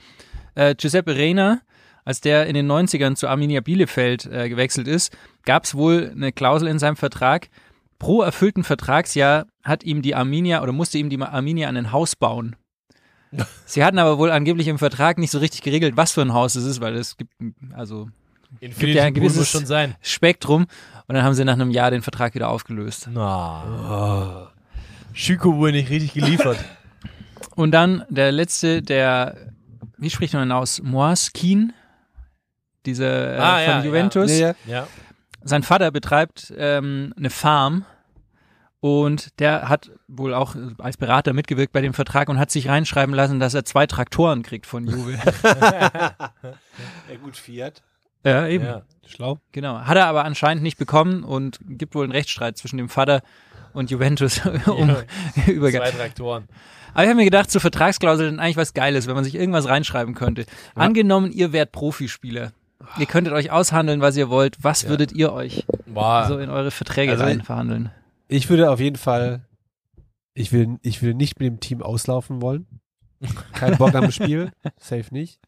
Äh, Giuseppe Reina, als der in den 90ern zu Arminia Bielefeld äh, gewechselt ist, gab es wohl eine Klausel in seinem Vertrag. Pro erfüllten Vertragsjahr hat ihm die Arminia oder musste ihm die Arminia ein Haus bauen. Sie hatten aber wohl angeblich im Vertrag nicht so richtig geregelt, was für ein Haus es ist, weil es gibt also
Infinity
ja ein
Pool muss
gewisses-
schon sein.
Spektrum und dann haben sie nach einem Jahr den Vertrag wieder aufgelöst.
Na. Ah. Schüko wurde nicht richtig geliefert.
Und dann der letzte, der, wie spricht man ihn aus? Moaskin, dieser äh,
Ah,
von
ja, ja.
Juventus.
Ja, ja.
ja.
Sein Vater betreibt ähm, eine Farm und der hat wohl auch als Berater mitgewirkt bei dem Vertrag und hat sich reinschreiben lassen, dass er zwei Traktoren kriegt von Juve.
Ja, gut, Fiat.
ja, eben.
Ja.
Schlau.
Genau. Hat er aber anscheinend nicht bekommen und gibt wohl einen Rechtsstreit zwischen dem Vater und Juventus um Übergabe.
Zwei Traktoren.
Aber ich habe mir gedacht, zu Vertragsklauseln eigentlich was Geiles, wenn man sich irgendwas reinschreiben könnte. Angenommen, ihr wärt Profispieler. Ihr könntet euch aushandeln, was ihr wollt. Was würdet ihr euch
Boah.
so in eure Verträge
Also-
reinverhandeln?
Ich würde auf jeden Fall, ich will, ich will nicht mit dem Team auslaufen wollen. Kein Bock am Spiel. Safe nicht.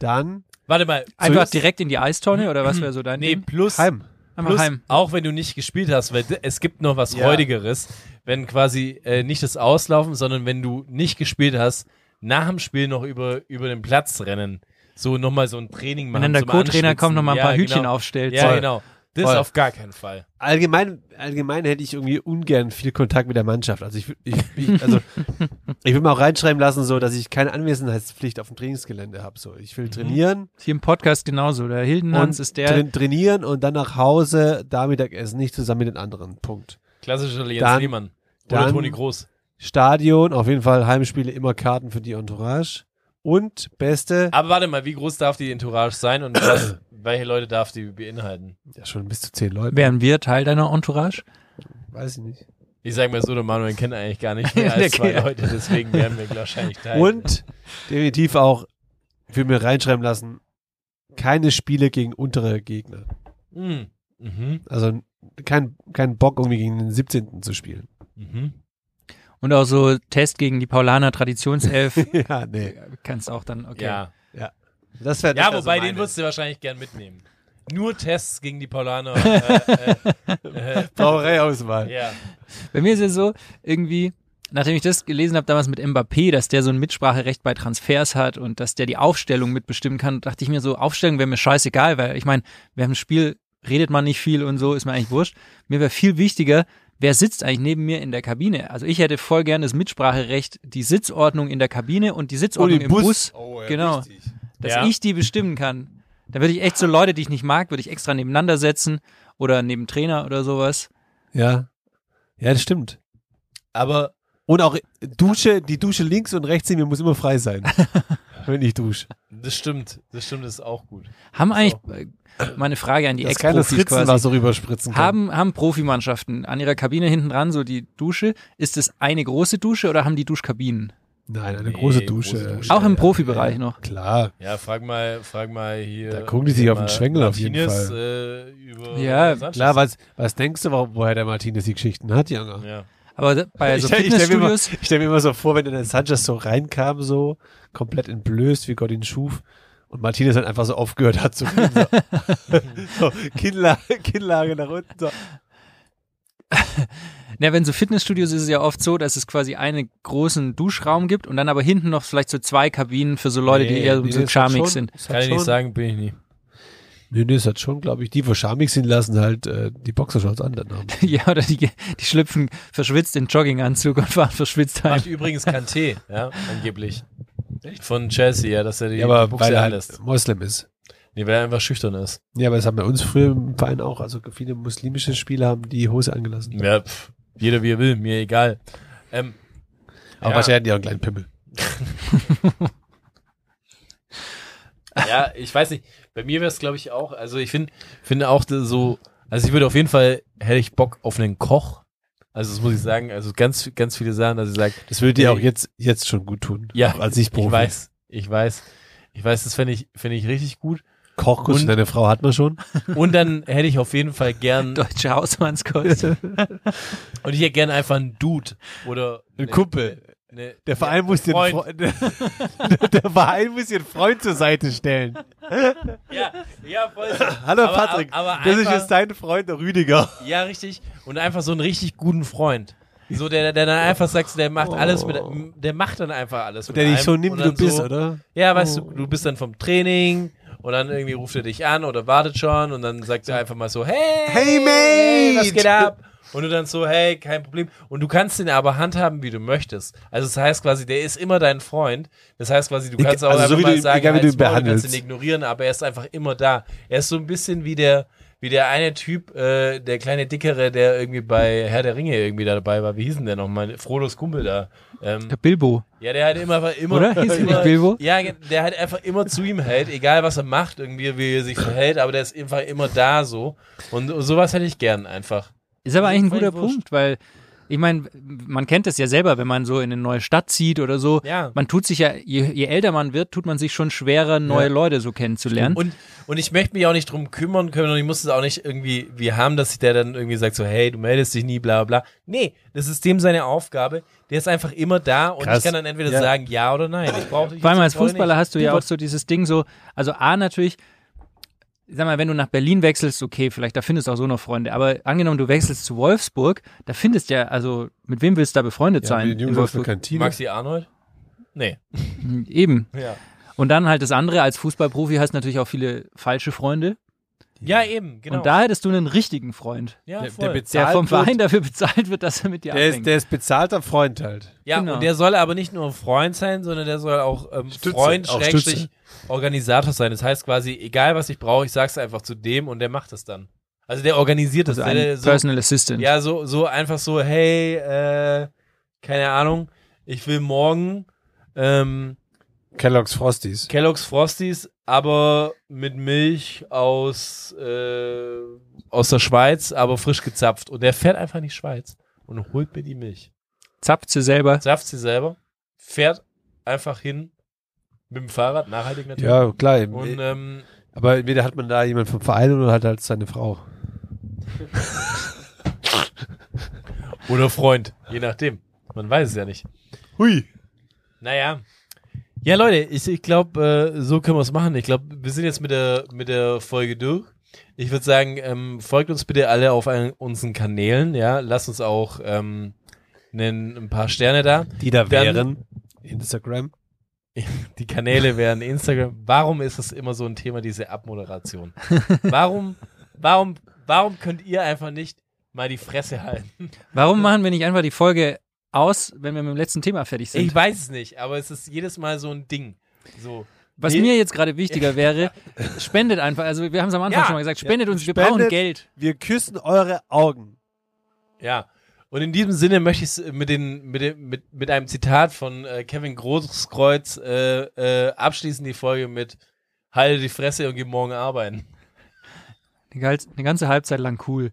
Dann
Warte mal.
Einfach
zuerst- Mhm.
direkt in die Eistonne oder was wäre so dein
Nee,
Ding?
plus,
heim.
Einfach
plus
heim.
auch wenn du nicht gespielt hast, weil d- es gibt noch was
Ja.
Räudigeres, wenn quasi äh, nicht das Auslaufen, sondern wenn du nicht gespielt hast, nach dem Spiel noch über, über den Platz rennen. So nochmal so ein Training
Wenn
machen.
dann der
so mal
Co-Trainer kommt,
anschwitzen.
nochmal ein paar
ja,
Hütchen
genau.
aufstellt.
Ja,
Voll.
genau. Das
Voll.
auf gar keinen Fall.
Allgemein, allgemein hätte ich irgendwie ungern viel Kontakt mit der Mannschaft. Also ich, wü- ich, ich also ich will mir auch reinschreiben lassen, so dass ich keine Anwesenheitspflicht auf dem Trainingsgelände habe. So, ich will trainieren
Ist Hier im Podcast genauso. Der Hildenhans
und
ist der.
tra trainieren und dann nach Hause, da Mittagessen, nicht zusammen mit den anderen. Punkt.
Klassischer Jens
Dann-
Lehmann. Oder
dann-
Toni Groß.
Stadion, auf jeden Fall Heimspiele immer Karten für die Entourage und beste,
Aber warte mal, wie groß darf die Entourage sein und was, welche Leute darf die beinhalten?
ja schon bis zu zehn Leute,
Wären wir Teil deiner Entourage?
weiß ich nicht.
Ich sag mal so, der Manuel kennt eigentlich gar nicht mehr als
Der
zwei
kennt-
Leute, deswegen werden wir wahrscheinlich teilen.
Und definitiv auch, ich will mir reinschreiben lassen, keine Spiele gegen untere Gegner.
Mhm. Mhm.
Also kein, kein Bock, irgendwie gegen den 17. zu spielen.
Mhm.
Und auch so Test gegen die Paulaner Traditionself.
ja, nee.
Kannst auch dann, okay.
Ja,
Das wär,
ja
das wär so
wobei den
meine.
würdest du wahrscheinlich gern mitnehmen. Nur Tests gegen die Paulaner. äh, äh,
Brauereiauswahl.
äh, ja.
Bei mir ist es so, irgendwie, nachdem ich das gelesen habe damals mit Mbappé, dass der so ein Mitspracherecht bei Transfers hat und dass der die Aufstellung mitbestimmen kann, dachte ich mir so, Aufstellung wäre mir scheißegal, weil ich meine, während dem Spiel redet man nicht viel und so, ist mir eigentlich wurscht. Mir wäre viel wichtiger, wer sitzt eigentlich neben mir in der Kabine? Also ich hätte voll gern das Mitspracherecht, die Sitzordnung in der Kabine und die Sitzordnung
im
im
Bus.
Bus, genau, dass
Ja.
ich die bestimmen kann. Da würde ich echt so Leute, die ich nicht mag, würde ich extra nebeneinander setzen oder neben Trainer oder sowas.
Ja. Ja, das stimmt.
Aber
Und auch Dusche, die Dusche links und rechts in mir muss immer frei sein. wenn ich dusche.
das stimmt. Das stimmt, das ist auch gut.
Haben eigentlich, äh, meine Frage an die
Dass keiner
Ex-Profis
Fritzen
quasi,
was so rüberspritzen kann.
haben, haben Profimannschaften an ihrer Kabine hinten dran so die Dusche, ist es eine große Dusche oder haben die Duschkabinen?
Nein, eine große
Nee,
Dusche.
große Dusche.
Auch im Profibereich noch.
Klar.
Ja, frag mal, frag mal hier.
Da gucken die sich auf den
mal
Schwengel auf jeden
Martinez,
Fall.
Äh, über
Ja,
Sanchez.
Klar, was, was denkst du, warum- woher der Martinez die Geschichten hat, Junge?
Ja.
Aber da- bei so
ich stelle stell mir, immer-
Fitnessstudios,
ich stell mir immer so vor, wenn dann der Sanchez so reinkam, so komplett entblößt, wie Gott ihn schuf. Und Martinez dann einfach so aufgehört hat zu reden. So, so Kinnlage, Kinnlage nach unten. So.
na, wenn so Fitnessstudios ist es ja oft so, dass es quasi einen großen Duschraum gibt und dann aber hinten noch vielleicht so zwei Kabinen für so Leute, die
Nee,
eher
nee,
so
das hat
charmig
schon-
sind.
das hat
Kann ich nicht
schon-
sagen, bin ich nie.
Nee, nee, das hat schon, glaube ich, die, die schamig sind, lassen halt äh, die Boxershorts an. Dann haben.
Ja, oder die, die schlüpfen verschwitzt in Jogginganzug und fahren verschwitzt heim.
Macht übrigens Kanté, ja, angeblich. Von Chelsea, ja, dass er die
Ja, aber
Buchse
weil er halt
anlässt.
Moslem ist.
Nee, weil er einfach schüchtern ist.
Ja, aber das haben bei uns früher im Verein auch. Also viele muslimische Spieler haben die Hose angelassen.
Ja, pff, jeder wie er will, mir egal. Ähm,
Aber
Ja.
wahrscheinlich hatten die auch einen kleinen Pimmel.
ja, ich weiß nicht. Bei mir wäre es, glaube ich, auch. Also ich finde finde auch so, also ich würde auf jeden Fall, hätte ich Bock auf einen Koch, Also das muss ich sagen, also ganz, ganz viele Sachen, dass ich sage,
Das würde dir auch jetzt, jetzt schon gut tun.
Ja,
als ich Profi.
ich weiß, ich weiß, ich weiß, das fände ich, fände ich richtig gut.
Kochkurs
Und-
für deine Frau hat man schon.
Und dann hätte ich auf jeden Fall gern,
Deutsche Hausmannskost.
und ich hätte gern einfach einen Dude oder
Ein Kumpel.
eine-
Der Verein muss dir einen
Freund.
Freund- der Verein muss dir einen Freund zur Seite stellen.
Ja, ja, voll.
Hallo
Aber-
Patrick,
aber
das ist
einfach-
jetzt dein Freund, der Rüdiger.
Ja, richtig. Und einfach so einen richtig guten Freund. So, der, der dann einfach sagt, der macht alles mit, der macht dann einfach alles. Mit
Der dich
einem
so nimmt,
und
wie du
dann
bist,
so-
oder?
Ja, weißt
Oh.
du, du bist dann vom Training und dann irgendwie ruft er dich an oder wartet schon und dann sagt er einfach mal so, hey,
Hey, mate!
was geht ab? Und du dann so, hey, kein Problem. Und du kannst den aber handhaben, wie du möchtest. Also das heißt quasi, der ist immer dein Freund. Das heißt quasi, du
Egal-
kannst auch
also so
einfach
wie
mal
du-
sagen,
egal wie du
halt's
ihn
Maul,
behandelst.
kannst ihn ignorieren, aber er ist einfach immer da. Er ist so ein bisschen wie der, wie der eine Typ, äh, der kleine Dickere, der irgendwie bei Herr der Ringe irgendwie da dabei war. Wie hieß denn der nochmal? Frodos Kumpel da. Ähm,
Der Bilbo.
ja, der hat immer, immer,
Oder? Hieß er nicht
immer
Bilbo?
ja, ge- der halt einfach immer zu ihm hält, egal was er macht, irgendwie, wie er sich verhält, aber der ist einfach immer da so. Und sowas hätte ich gern einfach.
Ist aber eigentlich ein
Völlig
guter
wurscht.
Punkt, weil ich meine, man kennt das ja selber, wenn man so in eine neue Stadt zieht oder so.
Ja.
Man tut sich ja, je, je älter man wird, tut man sich schon schwerer, neue Leute so kennenzulernen.
Und, und ich möchte mich auch nicht drum kümmern können und ich muss es auch nicht irgendwie wie haben, dass der dann irgendwie sagt so, hey, du meldest dich nie, bla bla. bla. Nee, das ist dem seine Aufgabe. Der ist einfach immer da und
Krass.
ich kann dann entweder
Ja.
sagen ja oder nein. Ich brauche dich
Vor allem
jetzt
als
voll
Fußballer
nicht.
hast du ja auch so dieses Ding so, also A natürlich, sag mal, wenn du nach Berlin wechselst, okay, vielleicht da findest du auch so noch Freunde, aber angenommen, du wechselst zu Wolfsburg, da findest ja, also mit wem willst du da befreundet sein?
mit den
in
Jungs aus der
Wolfsburg?
Kantine.
Maxi Arnold? Nee.
Eben.
Ja.
Und dann halt das andere, als Fußballprofi hast du natürlich auch viele falsche Freunde.
Ja, eben, genau.
Und da hättest du einen richtigen Freund,
ja,
der,
voll.
der bezahlt
der vom
wird,
Verein dafür bezahlt wird, dass er mit dir
der,
abhängt.
ist, der ist bezahlter Freund halt.
Ja,
Genau.
und der soll aber nicht nur ein Freund sein, sondern der soll auch ähm,
Stütze,
Freund,
auch
Schrägstrich,
Stütze.
Organisator sein. Das heißt quasi, egal was ich brauche, ich sag's einfach zu dem und der macht es dann. Also der organisiert das.
also
der, der
ein
so,
Personal Assistant.
ja, so, so einfach so, hey, äh, keine Ahnung, ich will morgen ähm,
Kellogg's Frosties.
Kellogg's Frosties, aber mit Milch aus, äh, aus der Schweiz, aber frisch gezapft. Und der fährt einfach in die Schweiz und holt mir die Milch.
Zapft sie selber.
Saft sie selber, fährt einfach hin mit dem Fahrrad, nachhaltig natürlich.
Ja, klar. Äh,
Und ähm,
aber entweder hat man da jemand vom Verein oder hat halt seine Frau.
oder Freund, je nachdem. Man weiß es ja nicht.
Hui.
Naja. Ja, Leute, ich, ich glaube, äh, so können wir es machen. Ich glaube, wir sind jetzt mit der, mit der Folge durch. Ich würde sagen, ähm, folgt uns bitte alle auf allen unseren Kanälen, ja. Lasst uns auch ähm, nen- ein paar Sterne da.
Die da
Dann-
wären. Instagram.
Die Kanäle wären Instagram. Warum ist es immer so ein Thema, diese Abmoderation? Warum, warum, warum könnt ihr einfach nicht mal die Fresse halten?
Warum machen wir nicht einfach die Folge aus, wenn wir mit dem letzten Thema fertig sind?
Ich weiß es nicht, aber es ist jedes Mal so ein Ding. So.
Was
Nee.
mir jetzt gerade wichtiger wäre, spendet einfach, also wir haben es am Anfang
Ja.
schon mal gesagt, spendet uns, wir
Spendet.
brauchen Geld.
Wir küssen eure Augen.
Ja. Und in diesem Sinne möchte ich es mit, den, mit, den, mit, mit einem Zitat von äh, Kevin Großkreuz äh, äh, abschließen, die Folge mit Halte die Fresse und geh morgen arbeiten.
Eine ganze, eine ganze Halbzeit lang cool.